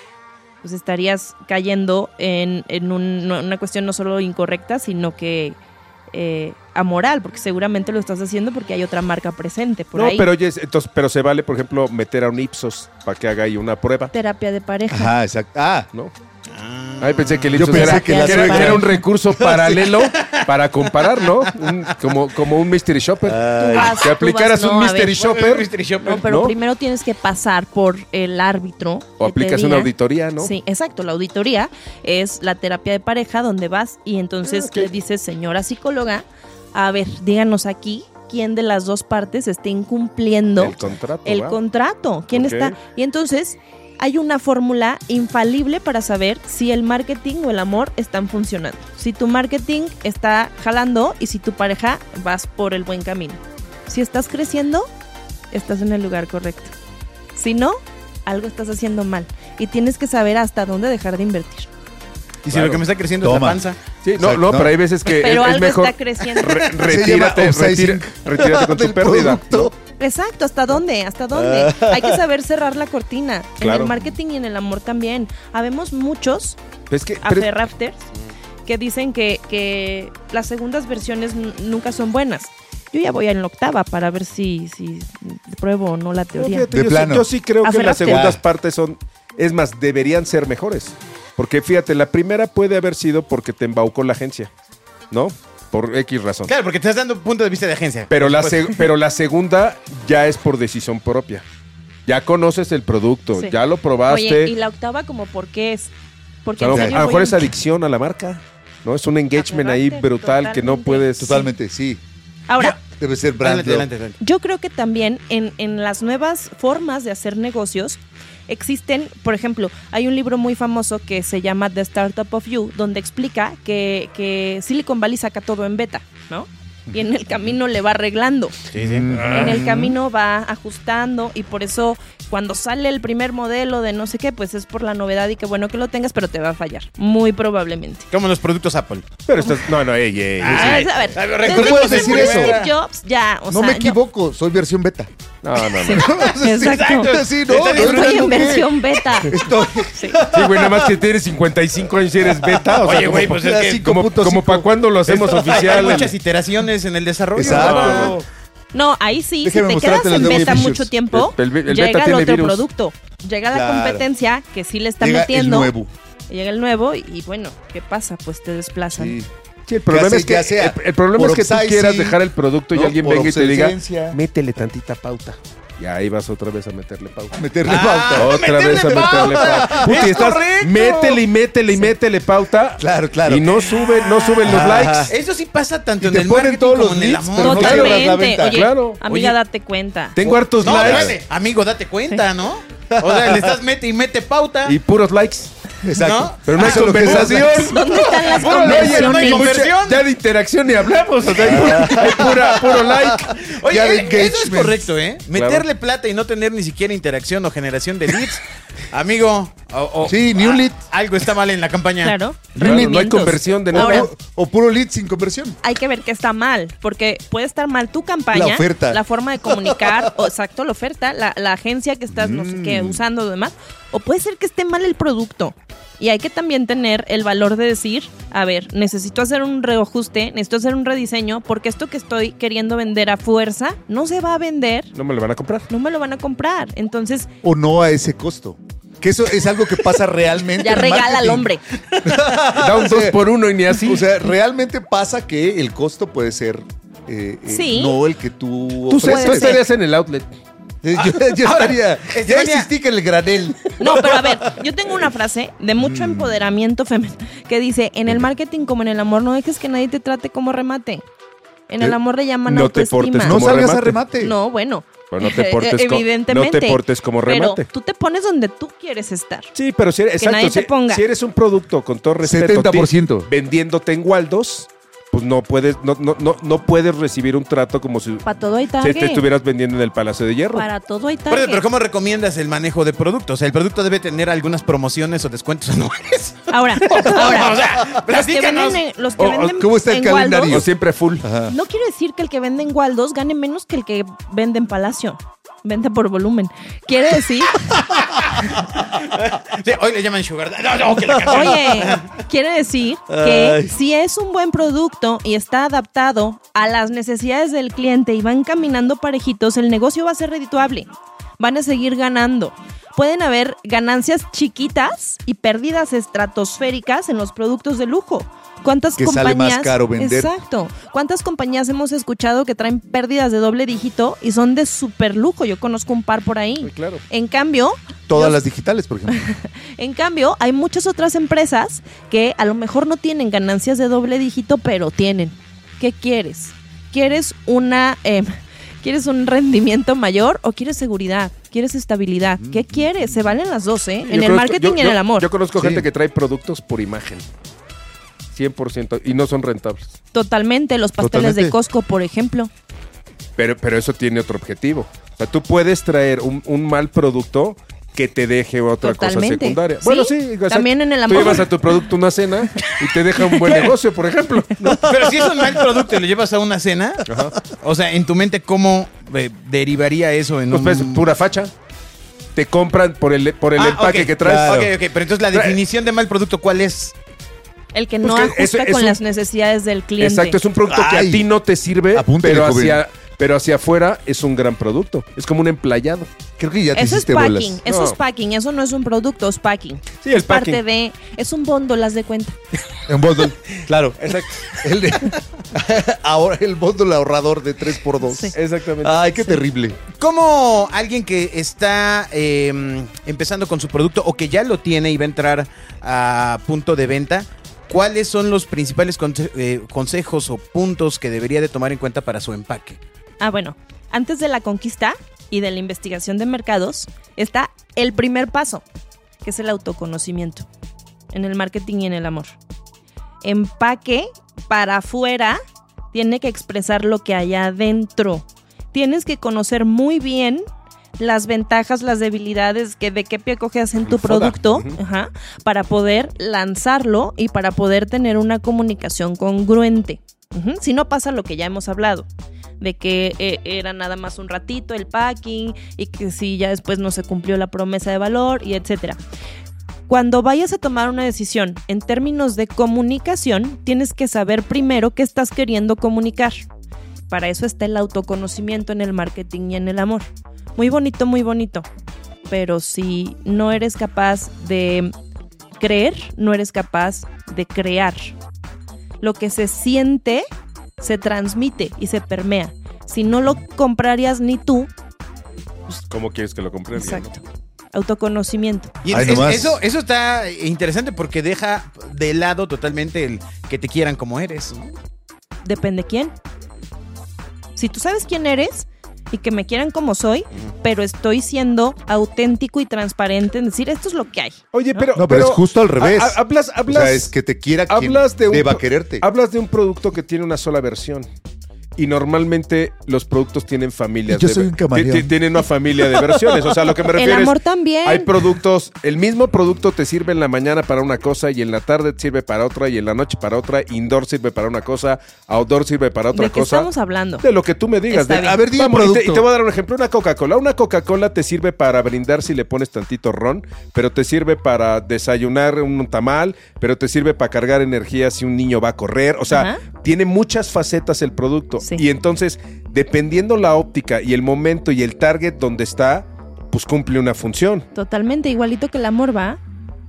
pues estarías cayendo en, en un- una cuestión no solo incorrecta, sino que eh, amoral, porque seguramente lo estás haciendo porque hay otra marca presente por
no,
ahí.
pero oye, es- entonces, pero se vale, por ejemplo, meter a un Ipsos para que haga ahí una prueba,
Terapia de pareja.
Ajá, exacto. Ah,
¿no? Ay, pensé que el
Yo
Ipsos
pensé
era,
que la
que era-
suegra-
que era un recurso paralelo para comparar, ¿no? Un- como, como un mystery shopper.
Tú vas, Ah, tú
que
vas,
aplicaras
no,
un
a ver.
mystery shopper.
No, pero
¿no?
primero tienes que pasar por el árbitro.
O
que te
aplicas una
diga-
auditoría, ¿no?
Sí, exacto. La auditoría es la terapia de pareja donde vas y
Ah,
entonces le dices, señora psicóloga, a ver, díganos aquí quién de las dos partes está incumpliendo
El contrato.
el
va.
contrato, quién
Ok.
está. Y entonces hay una fórmula infalible para saber si el marketing o el amor están funcionando. Si tu marketing está jalando y si tu pareja vas por el buen camino. Si estás creciendo, estás en el lugar correcto. Si no, algo estás haciendo mal y tienes que saber hasta dónde dejar de invertir.
Y si
Claro.
lo que me está creciendo es la
Toma.
panza.
Sí, no,
Exacto,
no,
no.
pero hay veces que
Pero
es, es
algo
mejor.
está creciendo.
Se
re-
llama
retírate,
upsizing.
retira- retírate con tu
Del
pérdida.
producto.
Exacto, ¿hasta dónde? ¿Hasta dónde? Hay que saber cerrar la cortina. En
Ah. Claro.
el marketing y en el amor también. Habemos muchos
¿no? Es que, pero-
aferrafters que dicen que, que las segundas versiones n- nunca son buenas. Yo ya voy en la octava para ver si, si pruebo o no la
No,
teoría.
fíjate,
De
yo, sí-
plano.
yo sí creo que las
Aferrate.
segundas
Ah.
partes son, es más, deberían ser mejores. Porque fíjate, la primera puede haber sido porque te embaucó la agencia, ¿no? Por X razón.
Claro, porque te estás dando punto de vista de agencia.
Pero la,
Pues,
seg- pero la segunda ya es por decisión propia. Ya conoces el producto,
Sí.
ya lo probaste.
Oye, y la octava como por qué es. Porque
a lo,
en
a
serio
lo
voy
mejor
en-
es adicción a la marca, ¿no? Es un engagement ahí
Aferrarte,
brutal que no
totalmente.
puedes...
Totalmente, sí.
Ahora,
Debe ser brand.
adelante,
love.
adelante, adelante.
Yo creo que también en, en las nuevas formas de hacer negocios existen, por ejemplo, hay un libro muy famoso que se llama The Startup of You, donde explica que, que Silicon Valley saca todo en beta, ¿no? Y en el camino le va arreglando. En el camino va ajustando y por eso cuando sale el primer modelo de no sé qué, pues es por la novedad y qué bueno que lo tengas, pero te va a fallar, muy probablemente. Ah,
Como los productos Apple.
Pero estás... No, no, ey, ey.
Ay,
a ver,
a ver,
desde
¿cómo
que
puedes
se
decir
murió
eso?
Steve Jobs, ya, o
No
sea,
me equivoco, soy versión beta.
No, no, no.
Exacto.
Sí, no,
Está
no, no,
Estoy
no,
en
¿qué?
versión beta.
Estoy-
Sí, güey, nada más que tienes 55 años y eres beta. O sea,
Oye, güey,
como-
eh,
pues es que-
como,
5.5.
como para cuándo lo hacemos
Hay
oficial.
muchas iteraciones en el desarrollo. ¿no?
Exacto.
No, ahí sí,
Déjame
si te
mostrarte
quedas en
las nuevas
beta
features.
mucho tiempo,
El- el beta
llega el
tiene
otro
virus.
producto. Llega la
Claro.
competencia que sí le está
Llega
metiendo.
el nuevo.
Llega el nuevo y, y bueno, ¿qué pasa? Pues te desplazan.
Sí.
Sí, el problema
Ya
es
sea-
que,
ya sea
el, el problema
por
es que tú
upsizing,
quieras dejar el producto y
¿no?
alguien
Por
venga y te diga,
obsolescencia.
métele tantita pauta. Y ahí vas otra vez a meterle pauta.
Ah, Meterle pauta.
otra vez a meterle pauta. Puta, y estás, métele y métele y métele pauta.
Claro, claro.
Y no suben, no suben los
Ah.
likes.
Eso sí pasa tanto
Y
en
te
el
ponen
marketing
todos los
como en el
leads,
amor.
pero no te
Totalmente.
llevas la venta.
Oye,
Claro.
amiga,
Oye.
date cuenta.
Tengo hartos
No,
likes.
espérate, amigo, date cuenta, ¿no? O sea, le estás mete y mete pauta.
Y puros likes.
Exacto.
Pero no hay
Ah, Eso es lo que
conversación.
es.
¿Dónde están las
Puro like,
no hay conver-
y
conversiones?
conversión.
Ya de interacción ni hablamos. O sea, hay pura, hay pura- puro like.
Oye,
Ya de
eh, eso es
engagement.
correcto, ¿eh? Meterle plata y no tener ni siquiera interacción o generación de leads. Amigo, o- o-
Sí, ni un lead.
algo está mal en la campaña.
Claro,
Claro.
no hay
rendimientos.
conversión de
Ahora,
nada.
O puro lead sin conversión.
hay que ver qué está mal, porque puede estar mal tu campaña,
La oferta.
la forma de comunicar, o exacto, la oferta, la, la agencia que estás no sé
Mm.
qué, usando o demás, o puede ser que esté mal el producto. Y hay que también tener el valor de decir, a ver, necesito hacer un reajuste, necesito hacer un rediseño, porque esto que estoy queriendo vender a fuerza no se va a vender,
No me lo van a comprar.
no me lo van a comprar. Entonces,
O no a ese costo. Que eso es algo que pasa realmente.
ya
en el
regala al
marketing.
hombre.
Da un 2 por 1 y ni así.
O sea, realmente pasa que el costo puede ser eh, eh,
Sí.
no el que tú.
Tú,
ofreces.
tú
este-
estarías en el outlet.
Eh, Yo, yo estaría. Ya
Estefania.
insistí que el granel.
No, pero a ver, yo tengo una frase de mucho
Mm.
empoderamiento femenino que dice, en el marketing como en el amor, no dejes que nadie te trate como remate. En el
Eh,
amor le llaman
no te
autoestima.
portes
No
Como
salgas a
remate.
remate.
Ah. No, bueno,
Pero no te portes, co-
Evidentemente.
no te portes como remate.
Pero tú te pones donde tú quieres estar.
Sí, pero si eres,
Que nadie
exacto,
te
si-
ponga.
si eres un producto con todo respeto,
70%.
ti- vendiéndote en Waldos, pues no puedes, no, no, no, no puedes recibir un trato como si,
Para todo hay
si este
target.
te estuvieras vendiendo en el Palacio de Hierro.
Para todo hay target.
Pero, pero ¿cómo recomiendas el manejo de productos? O sea, el producto debe tener algunas promociones o descuentos anuales.
Ahora, ahora.
o sea,
los que
platícanos.
venden, en- los que
O- o,
venden
¿cómo está el
en
calendario?
O
Waldos,
siempre full.
Ajá.
no quiere decir que el que vende en Waldos gane menos que el que vende en Palacio. Vende por volumen. Quiere decir,
Sí, hoy le llaman sugar. daddy. No, no, que la canción-
oye, quiere decir que si es un buen producto y está adaptado a las necesidades del cliente y van caminando parejitos, el negocio va a ser redituable. Van a seguir ganando. Pueden haber ganancias chiquitas y pérdidas estratosféricas en los productos de lujo. ¿Cuántas
Que sale
compañías?
más caro vender.
Exacto. ¿Cuántas compañías hemos escuchado que traen pérdidas de doble dígito y son de super lujo? Yo conozco un par por ahí.
Claro.
En cambio,
Todas las digitales, por ejemplo.
en cambio, hay muchas otras empresas que a lo mejor no tienen ganancias de doble dígito, pero tienen. ¿Qué quieres? ¿Quieres una em, quieres un rendimiento mayor o quieres seguridad? ¿Quieres estabilidad? ¿Qué quieres? Se valen las dos, ¿eh?
Mm, Yo
En el
conozco-
marketing
yo-
y en
yo-
el amor.
Yo conozco
Sí.
gente que trae productos por imagen. 100% y no son rentables.
Totalmente, los pasteles
Totalmente.
de Costco, por ejemplo.
Pero, pero eso tiene otro objetivo. O sea, tú puedes traer un, un mal producto que te deje otra cosa
Totalmente.
secundaria.
Sí,
Bueno, sí, exacto.
también en el amor.
Tú llevas a tu producto una cena y te deja un buen negocio, por ejemplo. ¿no?
Pero si es un mal producto y lo llevas a una cena, o sea, en tu mente, ¿cómo eh, derivaría eso en
Pues,
un...
pues, pura facha. Te compran por el, por el
Ah,
empaque
ok,
que traes.
Ok, ok, pero entonces la
Trae-
definición de mal producto, ¿cuál es?
El que
Pues
no
que
ajusta
eso- es
con
un-
las necesidades del cliente.
Exacto, es un producto que
Ay.
a ti no te sirve,
Apúntele,
pero
joven.
hacia, pero hacia afuera es un gran producto. Es como un emplayado.
Creo que ya te
Eso es
hiciste
packing,
bolas.
eso
No.
es packing, eso no es un producto, es packing.
Sí, es
es parte
packing.
de, es un bóndolas de cuenta.
En bundle. Claro.
Exacto.
El de- ahora el bundle ahorrador de 3x2.
Exactamente.
Ah.
Ay, qué terrible.
¿Cómo alguien que está eh, empezando con su producto o que ya lo tiene y va a entrar a punto de venta, cuáles son los principales conse- eh, consejos o puntos que debería de tomar en cuenta para su empaque?
Ah, bueno, antes de la conquista y de la investigación de mercados está el primer paso, que es el autoconocimiento en el marketing y en el amor. Empaque para afuera tiene que expresar lo que hay adentro. Tienes que conocer muy bien las ventajas, las debilidades, que de qué pie coges en tu
Foda.
producto,
Ujú.
ajá, para poder lanzarlo y para poder tener una comunicación congruente. Ujú, Si no pasa lo que ya hemos hablado, de que eh, era nada más un ratito el packing y que si ya después no se cumplió la promesa de valor y etcétera. Cuando vayas a tomar una decisión en términos de comunicación, tienes que saber primero qué estás queriendo comunicar. Para eso está el autoconocimiento en el marketing y en el amor. Muy bonito, muy bonito. Pero si no eres capaz de creer, no eres capaz de crear. Lo que se siente se transmite y se permea. Si no lo comprarías ni tú,
Pues, ¿Cómo quieres que lo compren?
exacto. Autoconocimiento.
Y
Ay,
es-
nomás.
eso, eso está interesante porque deja de lado totalmente el que te quieran como eres. ¿no?
Depende quién. Si tú sabes quién eres y que me quieran como soy, pero estoy siendo auténtico y transparente en decir esto es lo que hay.
Oye, pero.
No, pero es justo al revés.
ha- hablas,
O
hablas.
sea, es que te quiera quien
hablas de un
deba
pro-
quererte.
Hablas de un producto que tiene una sola versión. Y normalmente los productos tienen familias.
Y yo
de-
soy un camaleón.
ti- ti- Tienen una familia de versiones. O sea, lo que me refiero
El
es,
amor también.
Hay productos, el mismo producto te sirve en la mañana para una cosa y en la tarde te sirve para otra y en la noche para otra. Indoor sirve para una cosa, outdoor sirve para otra
¿De qué
cosa.
estamos hablando?
De lo que tú me digas.
Está
de-
bien.
A ver, di el
Vamos, y te,
producto.
y te voy a dar un ejemplo. Una Coca-Cola. Una Coca-Cola te sirve para brindar si le pones tantito ron, pero te sirve para desayunar un tamal, pero te sirve para cargar energía si un niño va a correr. O sea,
Ajá.
tiene muchas facetas el producto.
Sí.
Y entonces, dependiendo la óptica y el momento y el target donde está, pues cumple una función.
Totalmente, igualito que el amor va.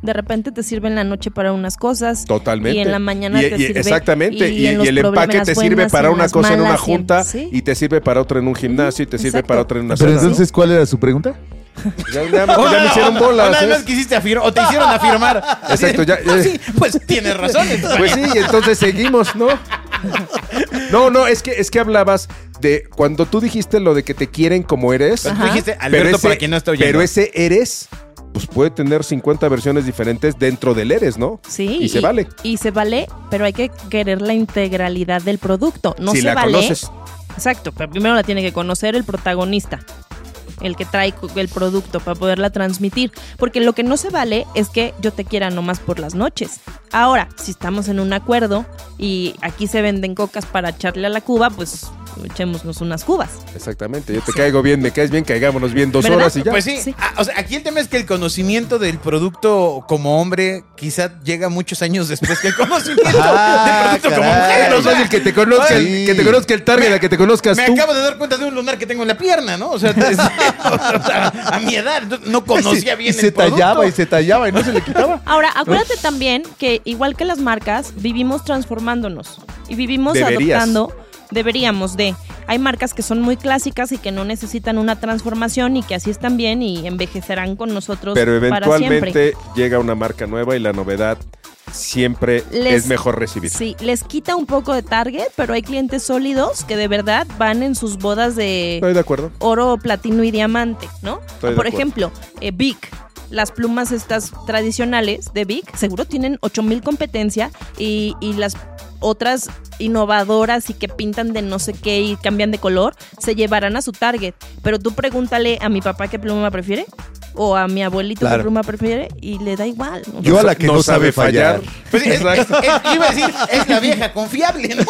De repente te sirve en la noche para unas cosas.
Totalmente.
Y en la mañana
Y- e,
te
y-
sirve.
Exactamente. Y,
en
y
los
el empaque
problemas
te sirve
buenas,
para
en
una
las
cosa en una
malas, en-
junta
sí.
y te sirve para otra en un gimnasio y te sirve
Exacto.
para otra en una
Pero
sala, ¿no?
entonces, ¿cuál era su pregunta?
Ya, ya me- ya me hicieron bolas.
O nada
¿eh?
más quisiste afirmar, o te hicieron afirmar. Así de,
Exacto, ya- eh.
"Ah, sí, pues tienes razón.
Pues sí, y entonces seguimos, ¿no? No, no, es que, es que hablabas de cuando tú dijiste lo de que te quieren como eres.
Pero tú
Ajá.
dijiste, Alberto,
ese-
Este para quien no está oyendo.
pero ese eres, pues puede tener 50 versiones diferentes dentro del eres, ¿no?
Sí.
Y, se vale.
Y se vale, pero hay que querer la integralidad del producto. No
si
se
la
vale.
conoces.
Exacto, pero primero la tiene que conocer el protagonista, el que trae cu- el producto para poderla transmitir. Porque lo que no se vale es que yo te quiera nomás por las noches. Ahora, si estamos en un acuerdo y aquí se venden cocas para echarle a la cuba, pues echémonos unas cubas.
Exactamente. Yo te caigo bien, me caes bien, caigámonos bien dos
¿Verdad?
horas y ya.
Pues sí,
Sí.
ah, o sea, aquí el tema es que el conocimiento del producto como hombre quizá llega muchos años después que el conocimiento
Ah,
del producto como
caray.
Es
mujer.
lo
o sea,
fácil que te conozca,
Ay,
el- que te conozca el target, a que te conozcas
me
tú.
acabo de dar cuenta de un lunar que tengo en la pierna, ¿no? O sea, te- o sea, a mi edad no- no conocía bien
y se
el producto.
tallaba y se tallaba y no se le quitaba.
Ahora, acuérdate también que igual que las marcas, vivimos transformándonos y vivimos
Deberías.
adoptando, deberíamos de. Hay marcas que son muy clásicas y que no necesitan una transformación y que así están bien y envejecerán con nosotros
Pero
para siempre.
eventualmente llega una marca nueva y la novedad siempre
Les-
es mejor recibir.
Sí, les quita un poco de target, pero hay clientes sólidos que de verdad van en sus bodas de
Estoy de acuerdo.
oro, platino y diamante, ¿no?
Estoy de
Por
acuerdo.
ejemplo, eh, Vic. Las plumas estas tradicionales de Vic seguro tienen 8000 competencia y, y las otras innovadoras y que pintan de no sé qué y cambian de color se llevarán a su target. Pero tú pregúntale a mi papá qué pluma prefiere o a mi abuelito
Claro.
qué pluma prefiere y le da igual. ¿no?
Yo a la que no, sabe fallar.
Pues sí, es, es- es- iba a decir, es la vieja confiable, ¿no?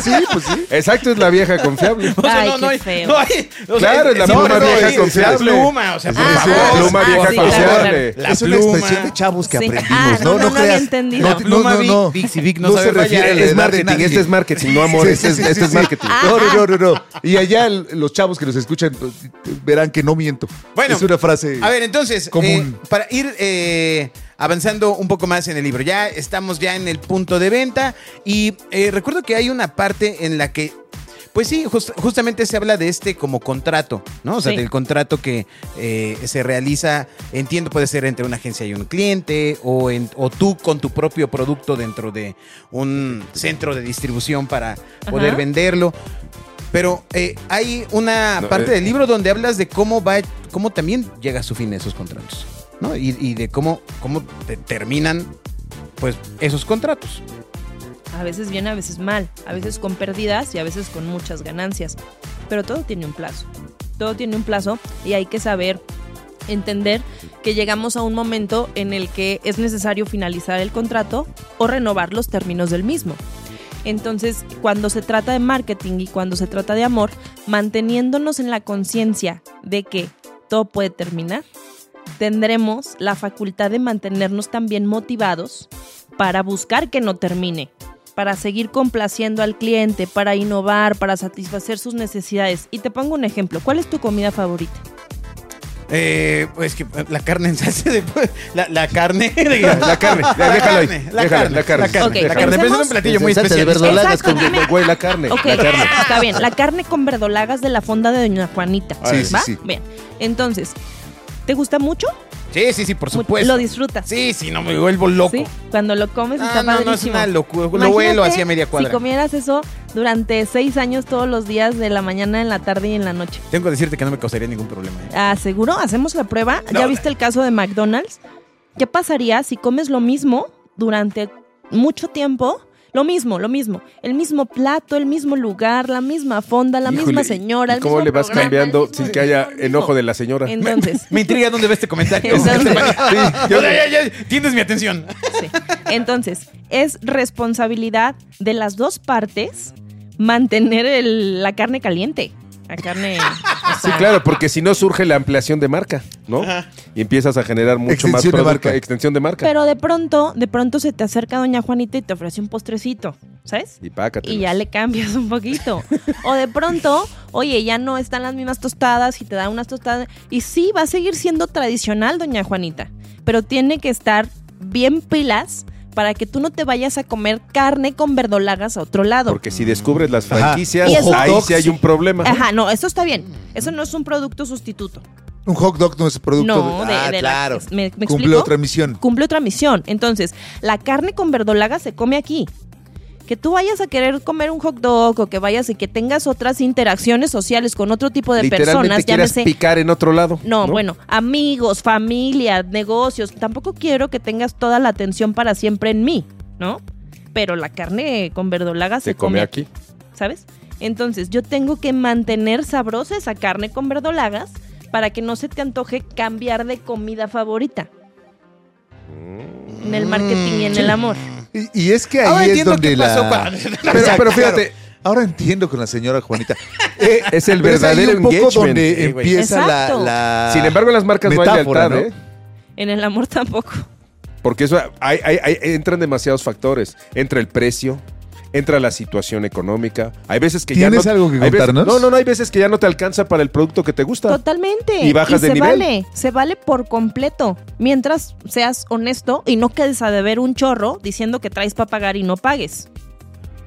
sí, pues sí.
Exacto, es la vieja confiable.
O sea,
Ay,
no,
qué
no hay,
feo.
no hay- o
Claro, es la
no,
pluma
no,
vieja
es-
confiable.
Es la pluma, o sea, por
Es
Ah,
una
favor.
pluma
ah,
vieja
sí, claro,
confiable.
La
es
pluma.
una expresión de chavos que
Sí.
aprendimos,
Ah,
¿no?
no, no, no había
creas-
entendido.
No,
La
no,
pluma
no, no.
Vic- Dixie Vic no sabe
se
fallar.
refiere a la
Es
edad de
marketing,
nadie.
este es marketing, no amor.
Sí,
este, es-
sí, sí,
este
sí,
es
sí.
marketing.
No, no, no, no, no. Y allá el- los chavos que nos escuchan pues, verán que no miento.
Bueno,
es una frase.
A ver, entonces,
común.
eh, para ir eh, avanzando un poco más en el libro, ya estamos ya en el punto de venta y eh, recuerdo que hay una parte en la que... Pues sí, jus- justamente se habla de este como contrato, ¿no? O sea,
Sí.
del contrato que eh, se realiza, entiendo, puede ser entre una agencia y un cliente, o, en- o tú con tu propio producto dentro de un centro de distribución para poder
Ajá.
venderlo. Pero eh, hay una
No,
parte
eh.
del libro donde hablas de cómo va, cómo también llega a su fin esos contratos, ¿no? Y, y de cómo, cómo te- terminan, pues, esos contratos.
A veces bien, a veces mal, a veces con pérdidas y a veces con muchas ganancias. Pero todo tiene un plazo. Todo tiene un plazo y hay que saber entender que llegamos a un momento en el que es necesario finalizar el contrato o renovar los términos del mismo. Entonces, cuando se trata de marketing y cuando se trata de amor, manteniéndonos en la conciencia de que todo puede terminar, tendremos la facultad de mantenernos también motivados para buscar que no termine, para seguir complaciendo al cliente, para innovar, para satisfacer sus necesidades. Y te pongo un ejemplo, ¿cuál es tu comida favorita?
Eh, pues que la carne se hace después. La, la carne. La
carne,
La
déjala ahí,
carne. La
déjala,
carne.
la carne.
La carne.
Ok,
la carne.
pensemos-
Pero es un platillo muy
Pensate de
especial.
verdad. Verdolagas
Exacto,
con-
dime.
Güey, la carne.
Ok,
La carne.
está bien. La carne con verdolagas de la fonda de Doña Juanita.
Ah,
Sí, sí,
¿va?
sí.
Bien. Entonces, ¿te gusta mucho?
Sí, sí, sí, por supuesto.
Lo disfrutas.
Sí, sí, no me vuelvo loco.
¿sí? Cuando lo comes
Ah,
está
no, no es
padrísimo.
una locura. Lo
Imagínate
vuelo hacia media
Si
cuadra.
comieras eso durante seis años todos los días, de la mañana, en la tarde y en la noche.
Tengo que decirte que no me causaría ningún problema. ¿eh?
Ah, ¿Seguro? ¿Hacemos la prueba?
No,
¿Ya
no.
viste el caso de McDonald's? ¿Qué pasaría si comes lo mismo durante mucho tiempo? Lo mismo, lo mismo. El mismo plato, el mismo lugar, la misma fonda, la
Híjole,
misma
¿y
señora. el
¿Cómo
mismo
le vas
programa, el
cambiando
mismo-
sin que haya enojo de la señora?
Entonces,
Me intriga dónde ves este comentario.
Entonces-
Sí, yo- ya, ya, ya, tienes mi atención.
Sí. Entonces, es responsabilidad de las dos partes mantener el- la carne caliente. La carne. o
Sí,
sea,
claro, porque si no surge la ampliación de marca, ¿no? Y empiezas a generar mucho más
Extensión de
producto,
marca.
extensión de marca.
Pero de pronto, de pronto se te acerca Doña Juanita y te ofrece un postrecito, ¿sabes?
y pácatelas.
Y ya le cambias un poquito. O de pronto, oye, ya no están las mismas tostadas y te da unas tostadas. Y sí, va a seguir siendo tradicional, doña Juanita. Pero tiene que estar bien pilas para que tú no te vayas a comer carne con verdolagas a otro lado.
Porque si descubres las
Ajá.
franquicias,
Y eso-
ahí sí hay un problema.
Ajá, no, eso está bien. Eso no es un producto sustituto.
Un hot dog no es producto
No, de,
Ah,
de la-
claro.
es- ¿Me, me
Cumple
explico?
otra misión.
Cumple otra misión. Entonces, la carne con verdolaga se come aquí. que tú vayas a querer comer un hot dog o que vayas y que tengas otras interacciones sociales con otro tipo de
Literalmente
personas,
quieras
llámese
picar en otro lado.
no, bueno, amigos, familia, negocios. Tampoco quiero que tengas toda la atención para siempre en mí, ¿no? Pero la carne con verdolaga se,
Se come aquí.
¿sabes? Entonces, yo tengo que mantener sabrosa esa carne con verdolagas para que no se te antoje cambiar de comida favorita. En el marketing y en el amor.
Y, y es que ahí
Ahora
es
entiendo
donde
qué
la.
pasó cuando-
Pero, pero fíjate.
Claro.
Ahora entiendo con la señora Juanita.
Es el
Eh, Pero es ahí
verdadero
un poco
engagement.
donde
Sí, güey.
empieza la,
Exacto.
la-
Sin embargo, en las marcas
metáfora,
no hay lealtad,
¿no?
¿eh?
En el amor tampoco.
Porque eso hay- hay- hay- entran demasiados factores. Entra el precio, entra la situación económica. Hay veces que ya no.
¿Tienes algo que
hay veces-
contarnos?
no, no, no, hay veces que ya no te alcanza para el producto que te gusta.
Totalmente.
Y bajas de
se
nivel.
vale, se vale por completo. Mientras seas honesto y no quedes a deber un chorro diciendo que traes para pagar y no pagues.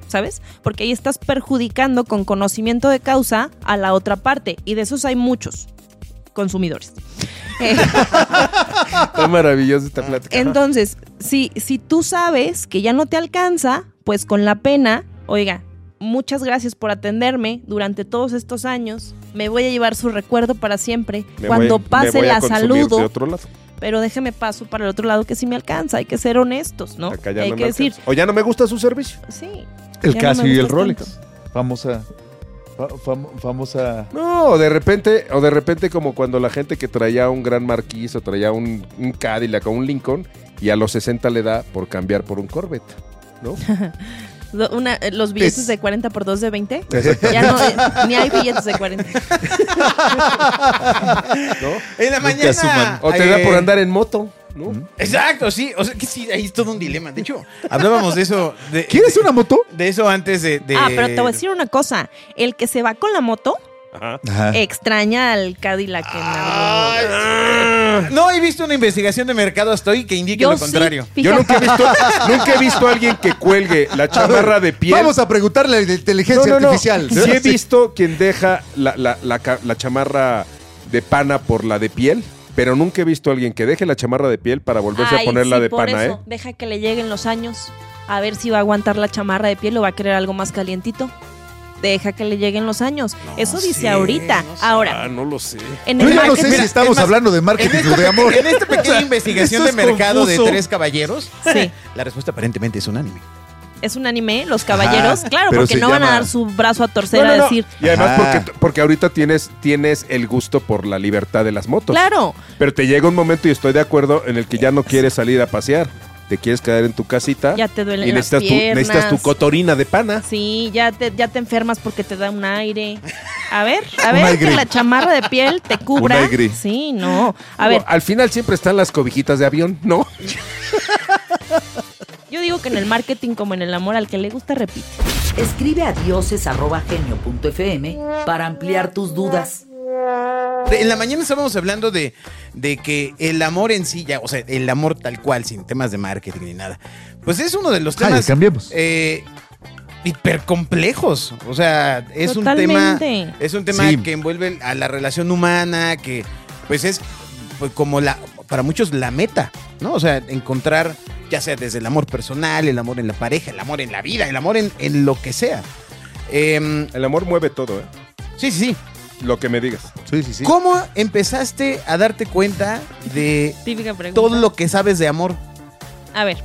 ¿Sabes? Porque ahí estás perjudicando con conocimiento de causa a la otra parte. Y de esos hay muchos consumidores. Eh,
Está maravillosa esta plática.
Entonces, si, si tú sabes que ya no te alcanza, pues con la pena, oiga, muchas gracias por atenderme durante todos estos años. Me voy a llevar su recuerdo para siempre.
Me
Cuando
voy- me
pase
voy a
la
consumir de
saludo,
otro lado.
pero déjeme paso para el otro lado que sí me alcanza. Hay que ser honestos, ¿no?
Acá ya
Hay
no
que
me
decir,
alcanza. O ya no me gusta su servicio.
sí.
El
ya no
Casio
me
y el
gustas
Rolex.
tanto.
Famosa. fa- fam- famosa.
No, o de repente, o de repente como cuando la gente que traía un Gran Marquis o traía un, un Cadillac o un Lincoln y a los 60 le da por cambiar por un Corvette, ¿no?
Lo- una- eh, los billetes
Es-
de 40 por 2 de 20. Ya no, eh, ni hay billetes de 40.
¿No?
En la
Nunca
mañana.
suman.
O te da
eh,
por andar en moto, ¿no?
Exacto, sí. O sea, que sí, ahí es todo un dilema. De hecho, hablábamos de eso. De,
¿Quieres una moto?
De eso antes de. de-
Ah, pero te voy a decir una cosa. El que se va con la moto
Ajá.
Eh, extraña al Cadillac en algún lugar.
No he visto una investigación de mercado hasta hoy que indique lo
sí,
contrario.
Yo
fíjate.
nunca he visto, nunca he visto a alguien que cuelgue la chamarra de piel.
Vamos a preguntarle de
No,
inteligencia
no, no.
artificial.
Sí he visto quien deja la, la- la ca- la chamarra de pana por la de piel, pero nunca he visto a alguien que deje la chamarra de piel para volverse
Ay,
a poner la
sí,
de
por
pana,
eso.
¿eh?
Deja que le lleguen los años. A ver si va a aguantar la chamarra de piel o va a querer algo más calientito. Deja que le lleguen los años. eso dice
sé,
ahorita.
no sé.
Ahora,
no lo sé.
en
Yo
el
ya no
marketing-
sé si estamos
es más,
hablando de
En
marketing
esta,
o de amor.
en esta pequeña investigación
esto
de
es
mercado de
confuso.
tres caballeros,
Sí.
la respuesta aparentemente es unánime.
Es un anime, los caballeros.
Ajá,
claro,
pero
porque
se
no van a
llama-
dar su brazo a torcer
No, no,
a
no.
decir.
Y además
Ajá.
porque, porque ahorita tienes, tienes el gusto por la libertad de las motos.
Claro,
Pero te llega un momento y estoy de acuerdo en el que ya no quieres salir a pasear. Te quieres quedar en tu casita.
Ya te duelen
y
las
necesitas tu, necesitas tu
piernas.
cotorina de pana.
sí, ya te, ya te enfermas porque te da un aire. A ver, a
Un
ver,
aire.
que la chamarra de piel te cubra.
aire.
Sí, no. A ver,
Al final siempre están las cobijitas de avión, ¿no?
yo digo que en el marketing como en el amor, al que le gusta, repite.
Escribe a dioses.genio.fm para ampliar tus dudas.
En la mañana estábamos hablando de, de que el amor en sí, ya, o sea, el amor tal cual, sin temas de marketing ni nada, pues es uno de los
Ay,
temas
cambiemos.
eh, hipercomplejos. O sea, es un tema,
Totalmente.
es un tema
Sí.
que envuelve a la relación humana, que pues es pues, como la, para muchos la meta, ¿no? O sea, encontrar, ya sea desde el amor personal, el amor en la pareja, el amor en la vida, el amor en, en lo que sea. Em,
El amor mueve todo, ¿eh?
sí, sí, sí.
Lo que me digas.
Sí, sí, sí.
¿Cómo empezaste a darte cuenta de
Típica pregunta.
todo lo que sabes de amor?
A ver,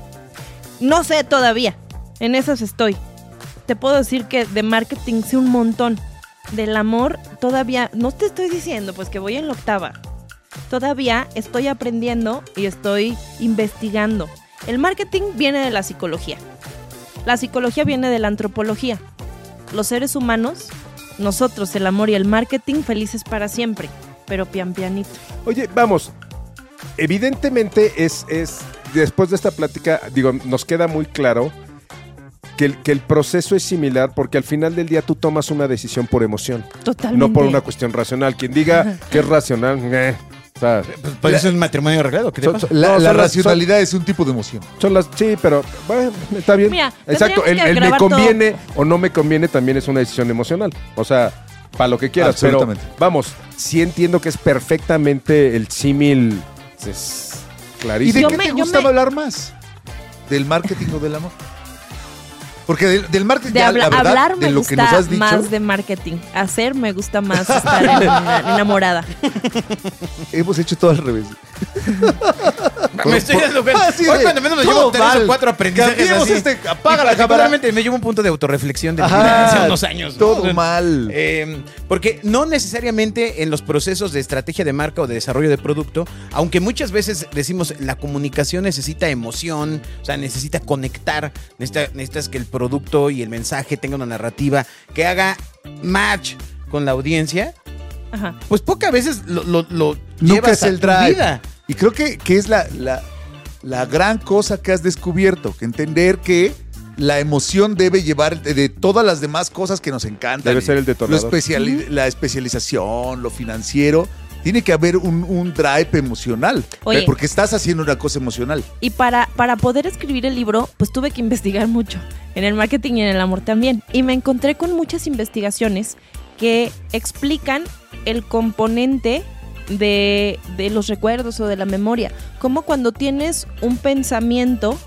no sé todavía. En esas estoy. Te puedo decir que de marketing sé un montón. Del amor todavía, no te estoy diciendo, pues que voy en la octava. Todavía estoy aprendiendo y estoy investigando. El marketing viene de la psicología. La psicología viene de la antropología. Los seres humanos, nosotros, el amor y el marketing, felices para siempre, pero pian pianito.
Oye, vamos. Evidentemente es, es, después de esta plática, digo, nos queda muy claro que el, que el proceso es similar porque al final del día tú tomas una decisión por emoción,
Totalmente.
no por una cuestión racional. Quien diga que es racional, eh, o sea,
Pues es un matrimonio arreglado. ¿qué
te pasa?
La,
No,
la
son las-
racionalidad es un tipo de emoción.
son las, sí, pero bueno, está bien.
Mira,
Exacto,
tendríamos
el,
que
el me
grabar
conviene o no me conviene también es una decisión emocional. O sea, para lo que quieras, pero
Absolutamente.
vamos, sí entiendo que es perfectamente el símil. Es
¿Y
clarísimo.
de
Yo
qué
me-
te
yo
gustaba
me-
hablar más? ¿Del marketing o del amor? Porque del, del marketing,
De
ya,
habla-
la verdad,
hablar me
de lo
gusta
que nos has dicho,
más de marketing. Hacer me gusta más estar en- en- enamorada.
hemos hecho todo al revés.
Me estoy dando cuenta.
Así
Hoy
de,
cuando menos me
todo
llevo tres
mal.
o cuatro aprendizajes
Cambiemos
así.
este, apaga
Y
la cámara.
particularmente me llevo un punto de autorreflexión de mi
Ajá,
vida hace unos años. ¿no?
Pues,
todo mal.
Eh, porque no necesariamente en los procesos de estrategia de marca o de desarrollo de producto, aunque muchas veces decimos la comunicación necesita emoción, o sea, necesita conectar, necesita- necesitas que el producto y el mensaje tengan una narrativa que haga match con la audiencia,
Ajá.
pues pocas veces lo, lo, lo
Nunca
llevas
es
a
el
tu
drive.
vida.
Y creo que, que es la, la, la gran cosa que has descubierto, que entender que la emoción debe llevar eh, de, de todas las demás cosas que nos encantan.
Debe ser el
Lo
detonador.
especiali- La especialización, lo financiero. Tiene que haber un, un drive emocional.
Oye.
Porque estás haciendo una cosa emocional.
Y para, para poder escribir el libro, pues tuve que investigar mucho en el marketing y en el amor también. Y me encontré con muchas investigaciones que explican el componente de, de los recuerdos o de la memoria. Como cuando tienes un pensamiento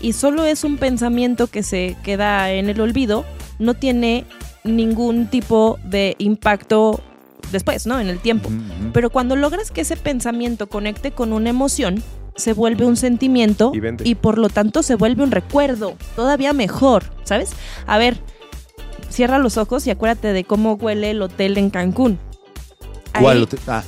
y solo es un pensamiento que se queda en el olvido, no tiene ningún tipo de impacto después, ¿no? En el tiempo. Pero cuando logras que ese pensamiento conecte con una emoción, se vuelve un sentimiento
Y vende.
por lo tanto se vuelve un recuerdo, todavía mejor, ¿sabes? A ver, cierra los ojos y acuérdate de cómo huele el hotel en Cancún. Ahí-
¿Cuál? Ah,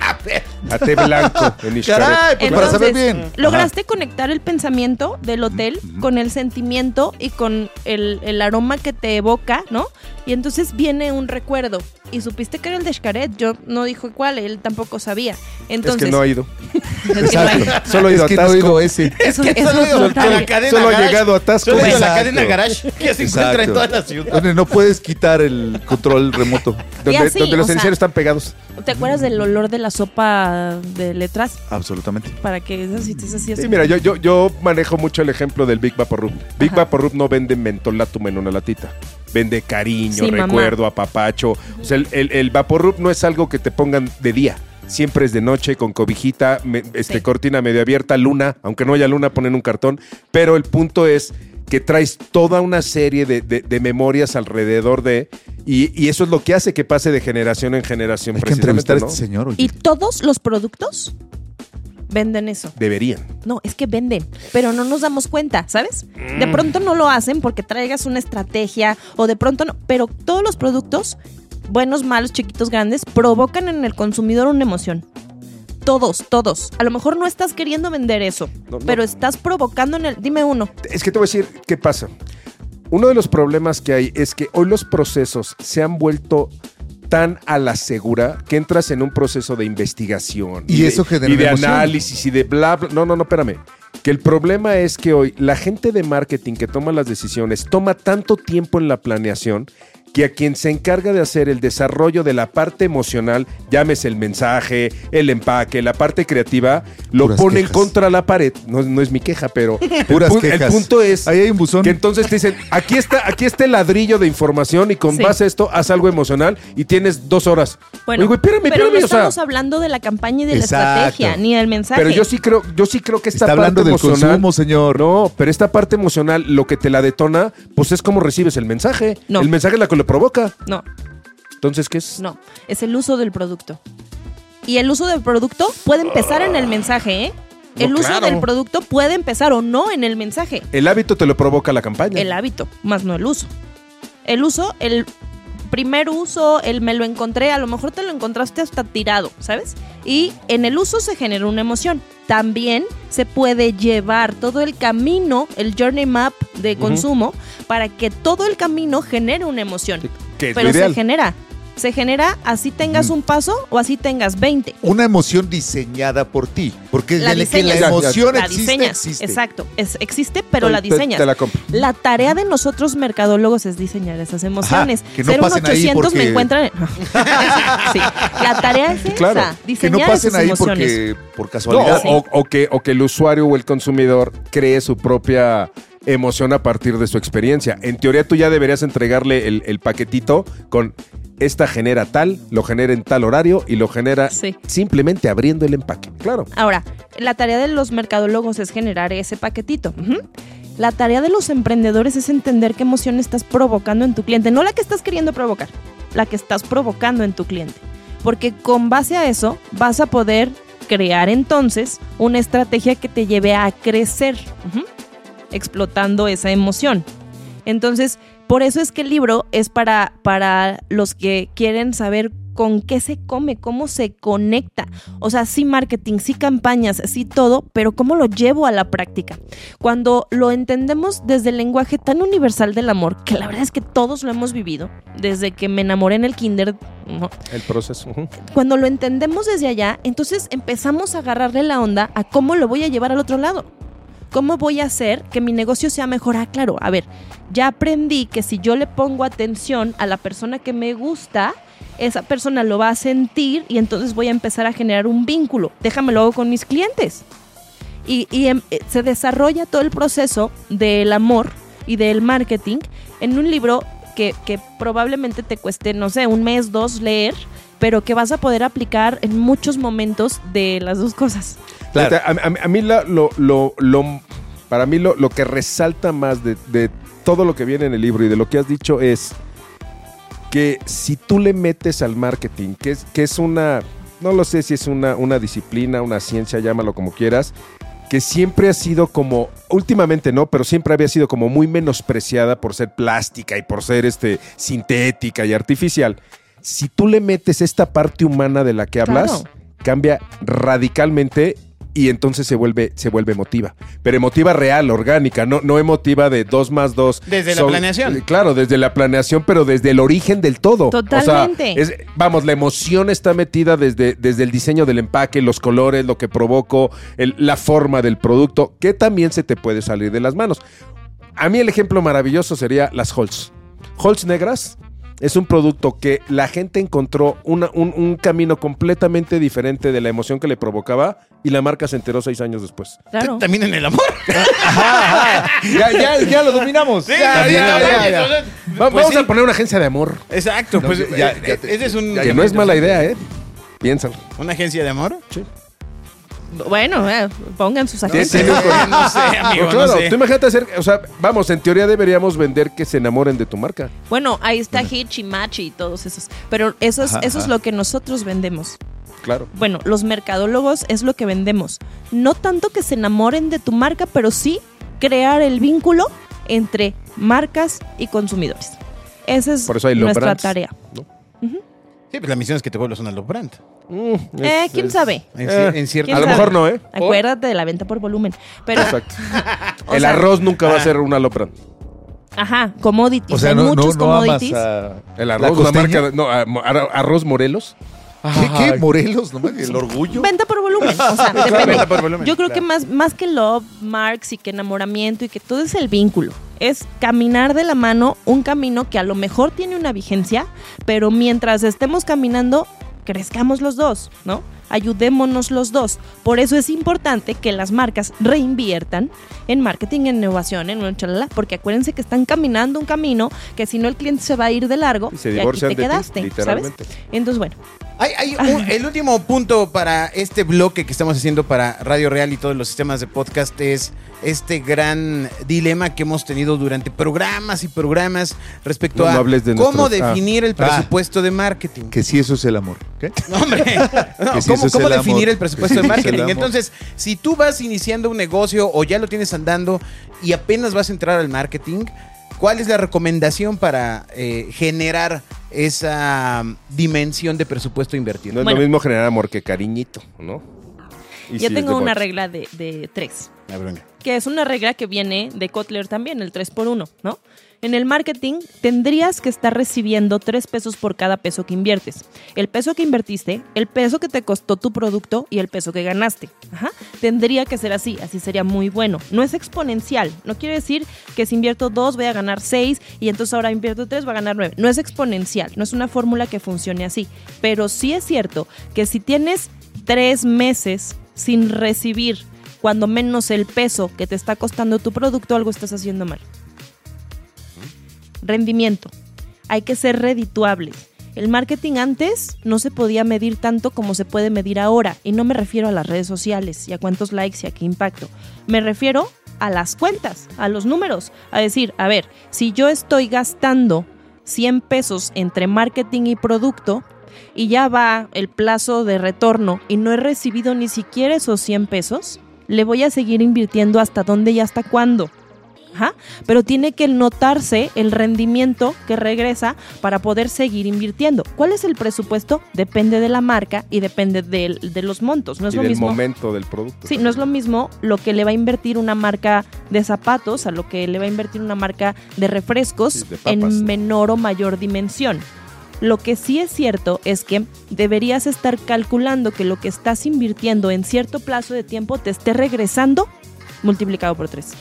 A té blanco en Ixtaret.
caray, pues para saber
Entonces,
bien. Mm,
Lograste conectar el pensamiento del hotel
Ujú.
con el sentimiento y con el, el aroma que te evoca, ¿no? Y entonces viene un recuerdo. Y supiste que era el de Xcaret. Yo no dijo cuál, él tampoco sabía.
Es
Entonces,
que no ha ido.
es que no hay-
Exacto.
Solo he
es
ido a
que no
Tasco.
digo ese.
es un- es
Solo
un
he ido a la
total.
cadena
Solo ha
garage.
llegado a Tasco.
Solo he ido a la
Exacto.
cadena garage que se encuentra en
Exacto.
toda la ciudad.
Donde no puedes quitar el control remoto.
Donde,
así,
donde los
o sea-
enseres están pegados.
¿Te acuerdas del olor de la sopa de letras?
Absolutamente.
Para que eso sí te así.
Sí, mira, yo, yo, yo manejo mucho el ejemplo del Big Vaporub. Big
Ajá.
Vaporub no vende mentolatum en una latita. Vende cariño,
Sí, mamá.
recuerdo, apapacho. O sea, el, el, el Vaporub no es algo que te pongan de día. Siempre es de noche, con cobijita, me- este,
Sí.
cortina medio abierta, luna. Aunque no haya luna, ponen un cartón. Pero el punto es que traes toda una serie de, de- de memorias alrededor de... Y, y eso es lo que hace que pase de generación en generación.
Hay que
precisamente,
entrevistar a
¿no?
este señor. oye.
Y todos los productos venden eso.
Deberían.
No, es que venden, pero no nos damos cuenta, ¿sabes?
Mm.
De pronto no lo hacen porque traigas una estrategia o de pronto no, pero todos los productos, buenos, malos, chiquitos, grandes, provocan en el consumidor una emoción. Todos, todos. A lo mejor no estás queriendo vender eso,
No, no.
pero estás provocando en el... Dime uno.
Es que te voy a decir qué pasa. Uno de los problemas que hay es que hoy los procesos se han vuelto tan a la segura que entras en un proceso de investigación
Y
de-
eso genera
y de
una emoción.
análisis y de bla bla. No, no, no, espérame. Que el problema es que hoy la gente de marketing que toma las decisiones toma tanto tiempo en la planeación que a quien se encarga de hacer el desarrollo de la parte emocional, llámese el mensaje, el empaque, la parte creativa, lo
Puras
ponen
quejas.
contra la pared. No, no es mi queja, pero
Puras
el, pu- el
quejas.
punto es
Ahí hay un buzón.
que entonces te dicen, aquí está, aquí está el ladrillo de información y con
Sí.
base a esto haz algo emocional y tienes dos horas. Oye, güey, espérame,
pero
espérame,
no
o sea,
estamos hablando de la campaña y de
Exacto.
la estrategia, ni del mensaje.
pero yo sí creo, yo sí creo que esta
Está hablando
parte
del
emocional,
consumo, señor.
No, pero esta parte emocional, lo que te la detona, pues es cómo recibes el mensaje.
No.
El mensaje es la que lo provoca.
No,
Entonces, ¿qué es?
no, es el uso del producto. Y el uso del producto puede empezar en el mensaje, ¿eh?
No,
El uso
claro.
del producto puede empezar o no en el mensaje.
El hábito te lo provoca la campaña.
El hábito, más no el uso. El uso, el primer uso, el me lo encontré, a lo mejor te lo encontraste hasta tirado, ¿sabes? Y en el uso se genera una emoción. También se puede llevar todo el camino, el journey map de consumo, para que todo el camino genere una emoción.
que es lo
Pero se
ideal.
genera. Se genera así tengas un paso o así tengas 20.
Una emoción diseñada por ti. Porque
La
desde que la
diseñas.
emoción
La
existe,
diseñas.
existe.
Exacto. Es, existe, pero
Te-
la
te-
diseñas.
te la compro.
La tarea de nosotros mercadólogos es diseñar esas emociones.
que no
Ser un
pasen ahí
800
porque-
me encuentran. Sí, la tarea es
Claro,
esa,
Que no
diseñar
pasen
esas
ahí
emociones.
porque por
No,
casualidad.
o, o- o que, o que el usuario o el consumidor cree su propia emoción a partir de su experiencia. En teoría tú ya deberías entregarle el, el paquetito con esta genera tal, lo genera en tal horario y lo genera
Sí.
simplemente abriendo el empaque. Claro.
Ahora, la tarea de los mercadólogos es generar ese paquetito. ujú. La tarea de los emprendedores es entender qué emoción estás provocando en tu cliente, no la que estás queriendo provocar, la que estás provocando en tu cliente. Porque con base a eso vas a poder crear entonces una estrategia que te lleve a crecer, ujú, explotando esa emoción. Entonces, por eso es que el libro es para, para los que quieren saber con qué se come, cómo se conecta. O sea, sí marketing, sí campañas, sí todo, pero cómo lo llevo a la práctica. Cuando lo entendemos desde el lenguaje tan universal del amor, que la verdad es que todos lo hemos vivido, desde que me enamoré en el kinder, ¿no?
El proceso. ujú.
cuando lo entendemos desde allá, entonces empezamos a agarrarle la onda a cómo lo voy a llevar al otro lado. ¿Cómo voy a hacer que mi negocio sea mejor? Ah, claro, a ver, ya aprendí que si yo le pongo atención a la persona que me gusta, esa persona lo va a sentir y entonces voy a empezar a generar un vínculo. Déjame lo hago con mis clientes. Y, y, em, eh, se desarrolla todo el proceso del amor y del marketing en un libro que, que probablemente te cueste, no sé, un mes, dos leer, pero que vas a poder aplicar en muchos momentos de las dos cosas.
Claro.
Fíjate, A, a- a mí la- lo, lo- lo- para mí lo, lo que resalta más de, de todo lo que viene en el libro y de lo que has dicho es que si tú le metes al marketing, que es, que es una, no lo sé si es una, una disciplina, una ciencia, llámalo como quieras, que siempre ha sido como, últimamente no, pero siempre había sido como muy menospreciada por ser plástica y por ser este, sintética y artificial. Si tú le metes esta parte humana de la que hablas,
Claro.
cambia radicalmente y entonces se vuelve, se vuelve emotiva. Pero emotiva real, orgánica, no, no emotiva de dos más dos.
Desde la planeación.
eh, Claro, desde la planeación, pero desde el origen del todo. O sea,
Totalmente.
es- vamos, la emoción está metida desde, desde el diseño del empaque, los colores, lo que provoco, el- la forma del producto, que también se te puede salir de las manos. A mí el ejemplo maravilloso sería las Holz. Holz negras es un producto que la gente encontró una- un, un camino completamente diferente de la emoción que le provocaba y la marca se enteró seis años después.
Claro.
También en el amor.
Ya, ya, ya lo dominamos.
Sí,
Ya,
sí, no,
ya, ya,
no,
ya.
entonces,
Va-
pues
vamos
sí,
a poner una agencia de amor.
Exacto,
No,
pues
ya- ya
eh,
te-
ese es un,
ya-
Que
ya-
no es mala idea, ¿eh? Piénsalo.
una agencia de amor.
Bueno, eh, pongan sus agentes.
sí, no,
Eh, no sé, amigo,
No, claro,
no sé.
tú imagínate hacer, o sea, vamos, en teoría deberíamos vender que se enamoren de tu marca.
Bueno, ahí está Hichimachi y todos esos. Pero eso es, eso es lo que nosotros vendemos.
Claro.
Bueno, los mercadólogos es lo que vendemos. No tanto que se enamoren de tu marca, pero sí crear el vínculo entre marcas y consumidores. Esa es
Por eso hay Love
nuestra
Brands,
tarea.
¿no?
Sí, pues la misión es que te vuelvas una Love Brand.
Mm,
Eh,
es-
¿Quién
es-
sabe?
En,
Eh,
ci- en cierto-
¿Quién
A lo
sabe?
mejor no, ¿eh?
Acuérdate de la venta por volumen. Pero,
Exacto.
o
el
sea,
arroz nunca va a
ah.
ser una lopra.
Ajá, commodities.
O sea,
hay
no, no,
muchos
no amas
commodities.
a
El
la
arroz, una
costeña.
marca. No, a- mo- ar- arroz Morelos.
¿Qué, qué? Morelos, no mames, el orgullo.
Venta por volumen. O sea, depende.
venta por volumen,
Yo creo
claro.
que más, más que love, marks y que enamoramiento y que todo es el vínculo. Es caminar de la mano un camino que a lo mejor tiene una vigencia, pero mientras estemos caminando, crezcamos los dos, ¿no? Ayudémonos los dos. Por eso es importante que las marcas reinviertan en marketing, en innovación, en un chalala, porque acuérdense que están caminando un camino que si no el cliente se va a ir de largo
Y se
y aquí
divorcian
te
de ti,
quedaste, ¿sabes?
literalmente.
Entonces, bueno,
Hay, hay un- el último punto para este bloque que estamos haciendo para Radio Real y todos los sistemas de podcast es este gran dilema que hemos tenido durante programas y programas respecto
No,
a
no hables de
cómo
nuestros- ah.
definir el
Ah.
presupuesto de marketing.
Que sí, eso es el amor. ¿Qué?
No, hombre. No,
Que si eso
¿Cómo,
es
cómo
el amor.
definir el presupuesto
Que
de
si eso es el
marketing?
amor.
Entonces, si tú vas iniciando un negocio o ya lo tienes andando y apenas vas a entrar al marketing, ¿cuál es la recomendación para eh, generar esa mm, dimensión de presupuesto a invertir?
No es
Bueno.
lo mismo generar amor que cariñito, ¿no? Y
yo
sí,
tengo
es de
una
bots.
regla de, de tres.
A ver, venga.
que es una regla que viene de Kotler también, el 3 por 1, ¿no? En el marketing tendrías que estar recibiendo 3 pesos por cada peso que inviertes. El peso que invertiste, el peso que te costó tu producto y el peso que ganaste. Ajá. Tendría que ser así, así sería muy bueno. No es exponencial, no quiere decir que si invierto 2 voy a ganar 6 y entonces ahora invierto 3 va a ganar 9. No es exponencial, no es una fórmula que funcione así. Pero sí es cierto que si tienes 3 meses sin recibir cuando menos el peso que te está costando tu producto, algo estás haciendo mal. Rendimiento. Hay que ser redituables. El marketing antes no se podía medir tanto como se puede medir ahora, y no me refiero a las redes sociales y a cuántos likes y a qué impacto. Me refiero a las cuentas, a los números, a decir, a ver, si yo estoy gastando 100 pesos entre marketing y producto y ya va el plazo de retorno y no he recibido ni siquiera esos 100 pesos, le voy a seguir invirtiendo hasta dónde y hasta cuándo. Ajá. Pero tiene que notarse el rendimiento que regresa para poder seguir invirtiendo. ¿Cuál es el presupuesto? Depende de la marca y depende del- de, los montos. No es
y
lo
del
mismo.
momento del producto.
Sí, no es lo mismo lo que le va a invertir una marca de zapatos a lo que le va a invertir una marca de refrescos
Sí, de papas, ¿no?
en menor o mayor dimensión. Lo que sí es cierto es que deberías estar calculando que lo que estás invirtiendo en cierto plazo de tiempo te esté regresando multiplicado por tres.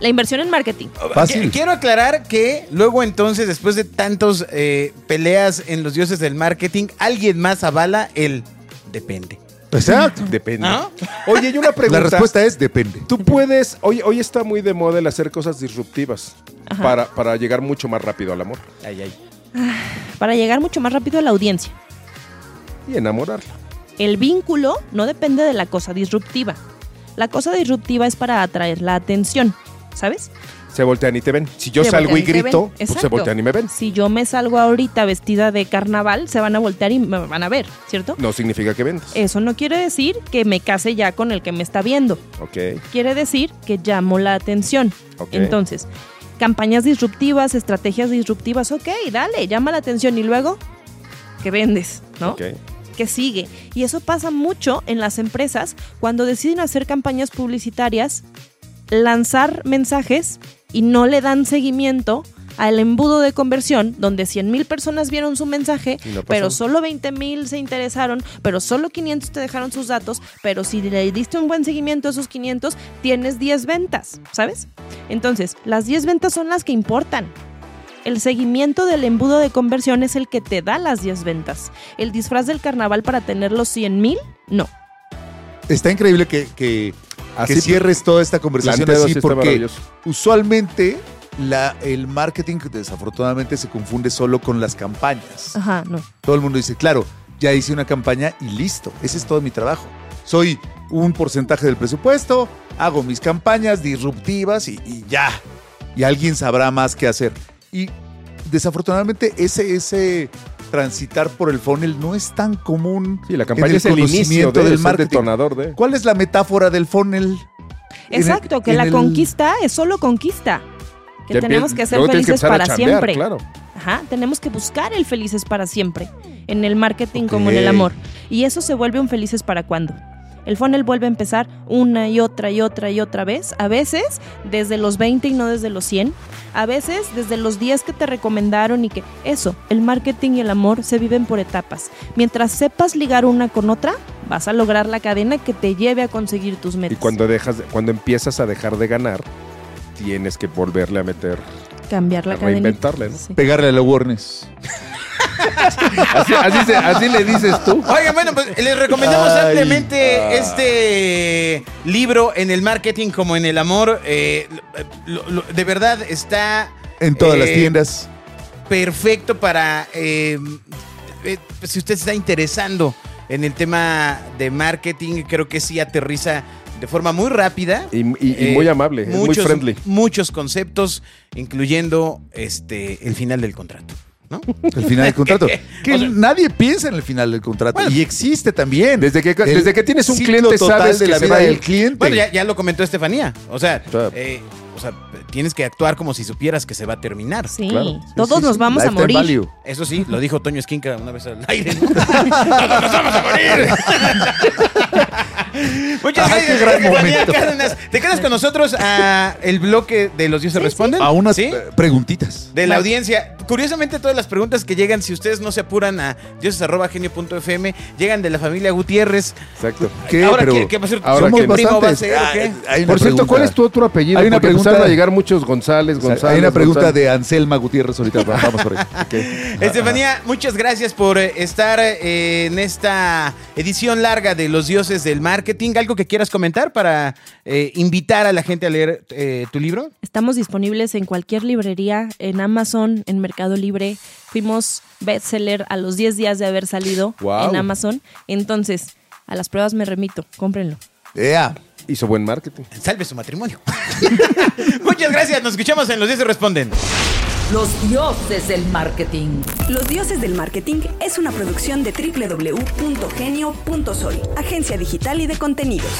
La inversión en marketing.
Fácil.
Qui- Quiero aclarar que luego entonces, después de tantos eh, peleas en los dioses del marketing, alguien más avala el depende.
Exacto.
Depende. Oye, y una
La
pregunta.
respuesta es depende.
Tú puedes, hoy, hoy está muy de moda el hacer cosas disruptivas
Ajá.
para, para llegar mucho más rápido al amor
Ay, ay.
Para llegar mucho más rápido a la audiencia.
y enamorarla.
El vínculo no depende de la cosa disruptiva. La cosa disruptiva es para atraer la atención, ¿sabes?
Se voltean y te ven. Si yo
Se
salgo y
voltean y te
grito,
ven.
pues se
Exacto.
voltean y me ven.
Si yo me salgo ahorita vestida de carnaval, se van a voltear y me van a ver, ¿cierto?
No significa que vendas.
Eso no quiere decir que me case ya con el que me está viendo.
Ok.
Quiere decir que llamo la atención.
Ok.
Entonces, campañas disruptivas, estrategias disruptivas, ok, dale, llama la atención y luego que vendes, ¿no?
Ok.
que sigue. Y eso pasa mucho en las empresas cuando deciden hacer campañas publicitarias, lanzar mensajes y no le dan seguimiento al embudo de conversión, donde 100.000 personas vieron su mensaje,
Y no pasó.
pero solo 20.000 se interesaron, pero solo 500 te dejaron sus datos, pero si le diste un buen seguimiento a esos 500, tienes 10 ventas, ¿sabes? Entonces, las 10 ventas son las que importan. El seguimiento del embudo de conversión es el que te da las 10 ventas. El disfraz del carnaval para tener los 100 mil, no.
Está increíble que, que,
Así
que cierres toda esta conversación
planteado,
así
sí está
porque
maravilloso.
usualmente la, el marketing desafortunadamente se confunde solo con las campañas.
Ajá, no.
Todo el mundo dice, claro, ya hice una campaña y listo, ese es todo mi trabajo. Soy un porcentaje del presupuesto, hago mis campañas disruptivas y, y ya. Y alguien sabrá más qué hacer. Y desafortunadamente ese, ese transitar por el funnel no es tan común.
Sí, la
en
campaña es el inicio
conocimiento
de, del detonador de.
¿Cuál es la metáfora del funnel? En el-
Exacto, que
en
la
el-
conquista es solo conquista. Que
Ya
tenemos
empie-
que ser
luego tienes que
felices
empezar a
para
chambear,
siempre.
Claro.
Ajá, tenemos que buscar el felices para siempre, en el marketing como en
Ok.
el amor. Y eso se vuelve un felices para cuando. El funnel vuelve a empezar una y otra y otra y otra vez, a veces desde los 20 y no desde los 100, a veces desde los 10 que te recomendaron y que eso, el marketing y el amor se viven por etapas. Mientras sepas ligar una con otra, vas a lograr la cadena que te lleve a conseguir tus
Y
metas.
cuando dejas, de- cuando empiezas a dejar de ganar, tienes que volverle a meter,
cambiar
a
la cadena.
reinventarle, ¿no?
Sí.
Pegarle a la Warnes.
Así, así se- así le dices tú.
Oigan, bueno, pues les recomendamos
Ay.
ampliamente
Ah.
este libro en el marketing como en el amor. Eh, lo- lo- de verdad está
En todas las
Eh,
tiendas.
perfecto para eh, eh, si usted se está interesando en el tema de marketing, creo que sí aterriza de forma muy rápida.
Y, y- y
Eh,
muy amable, es muy
muchos,
friendly.
Muchos conceptos, incluyendo este el final del contrato. ¿no?
El final del contrato. Que
O sea-
nadie piensa en el final del contrato.
Bueno.
y existe también.
Desde que-
El
desde que tienes un
ciclo
cliente
total
sabes
de
que
la
se
vida
va a ir.
del cliente.
Bueno, ya, ya lo comentó Estefanía. O sea,
Claro.
eh, o sea, tienes que actuar como si supieras que se va a terminar.
Sí,
Claro. Sí,
todos
Sí, sí,
nos
sí.
vamos a
Lifetime
morir.
value.
Eso sí, lo dijo Toño Esquinca una vez al aire. ¡Todos nos vamos a morir! Muchas
Ah,
gracias,
qué gran
Estefanía
momento.
Cárdenas. ¿Te quedas con nosotros a el bloque de los dioses responden?
A unas
¿Sí?
eh, preguntitas.
De la audiencia. Curiosamente, todas las preguntas que llegan, si ustedes no se apuran a dioses.genio.fm, llegan de la familia Gutiérrez.
Exacto.
¿Qué?
Ahora,
Pero
¿qué, qué va a ser?
ahora
¿Su
que-
primo va a
bastantes.
ser o
eh,
qué?
Ah, hay una
Por cierto, ¿cuál
pregunta.
es tu otro apellido?
Hay una
Porque
pregunta-
empezaron a llegar muchos González,
O
González.
sea, Hay una pregunta
González.
de Anselma Gutiérrez ahorita. va- Vamos por ahí. Ah,
Estefanía, muchas gracias por eh, estar eh, en esta edición larga de Los Dioses del Marketing. ¿Algo que quieras comentar para eh, invitar a la gente a leer eh, tu libro?
Estamos disponibles en cualquier librería, en Amazon, en Mercado Libre. Fuimos bestseller a los 10 días de haber salido
Guau.
en Amazon. Entonces, a las pruebas me remito, cómprenlo.
ah, Ea.
hizo buen marketing.
Salve su matrimonio. Muchas gracias. Nos escuchamos en Los 10 Responden.
Los dioses del marketing.
Los Dioses del Marketing es una producción de www.genio.sol, agencia digital y de contenidos.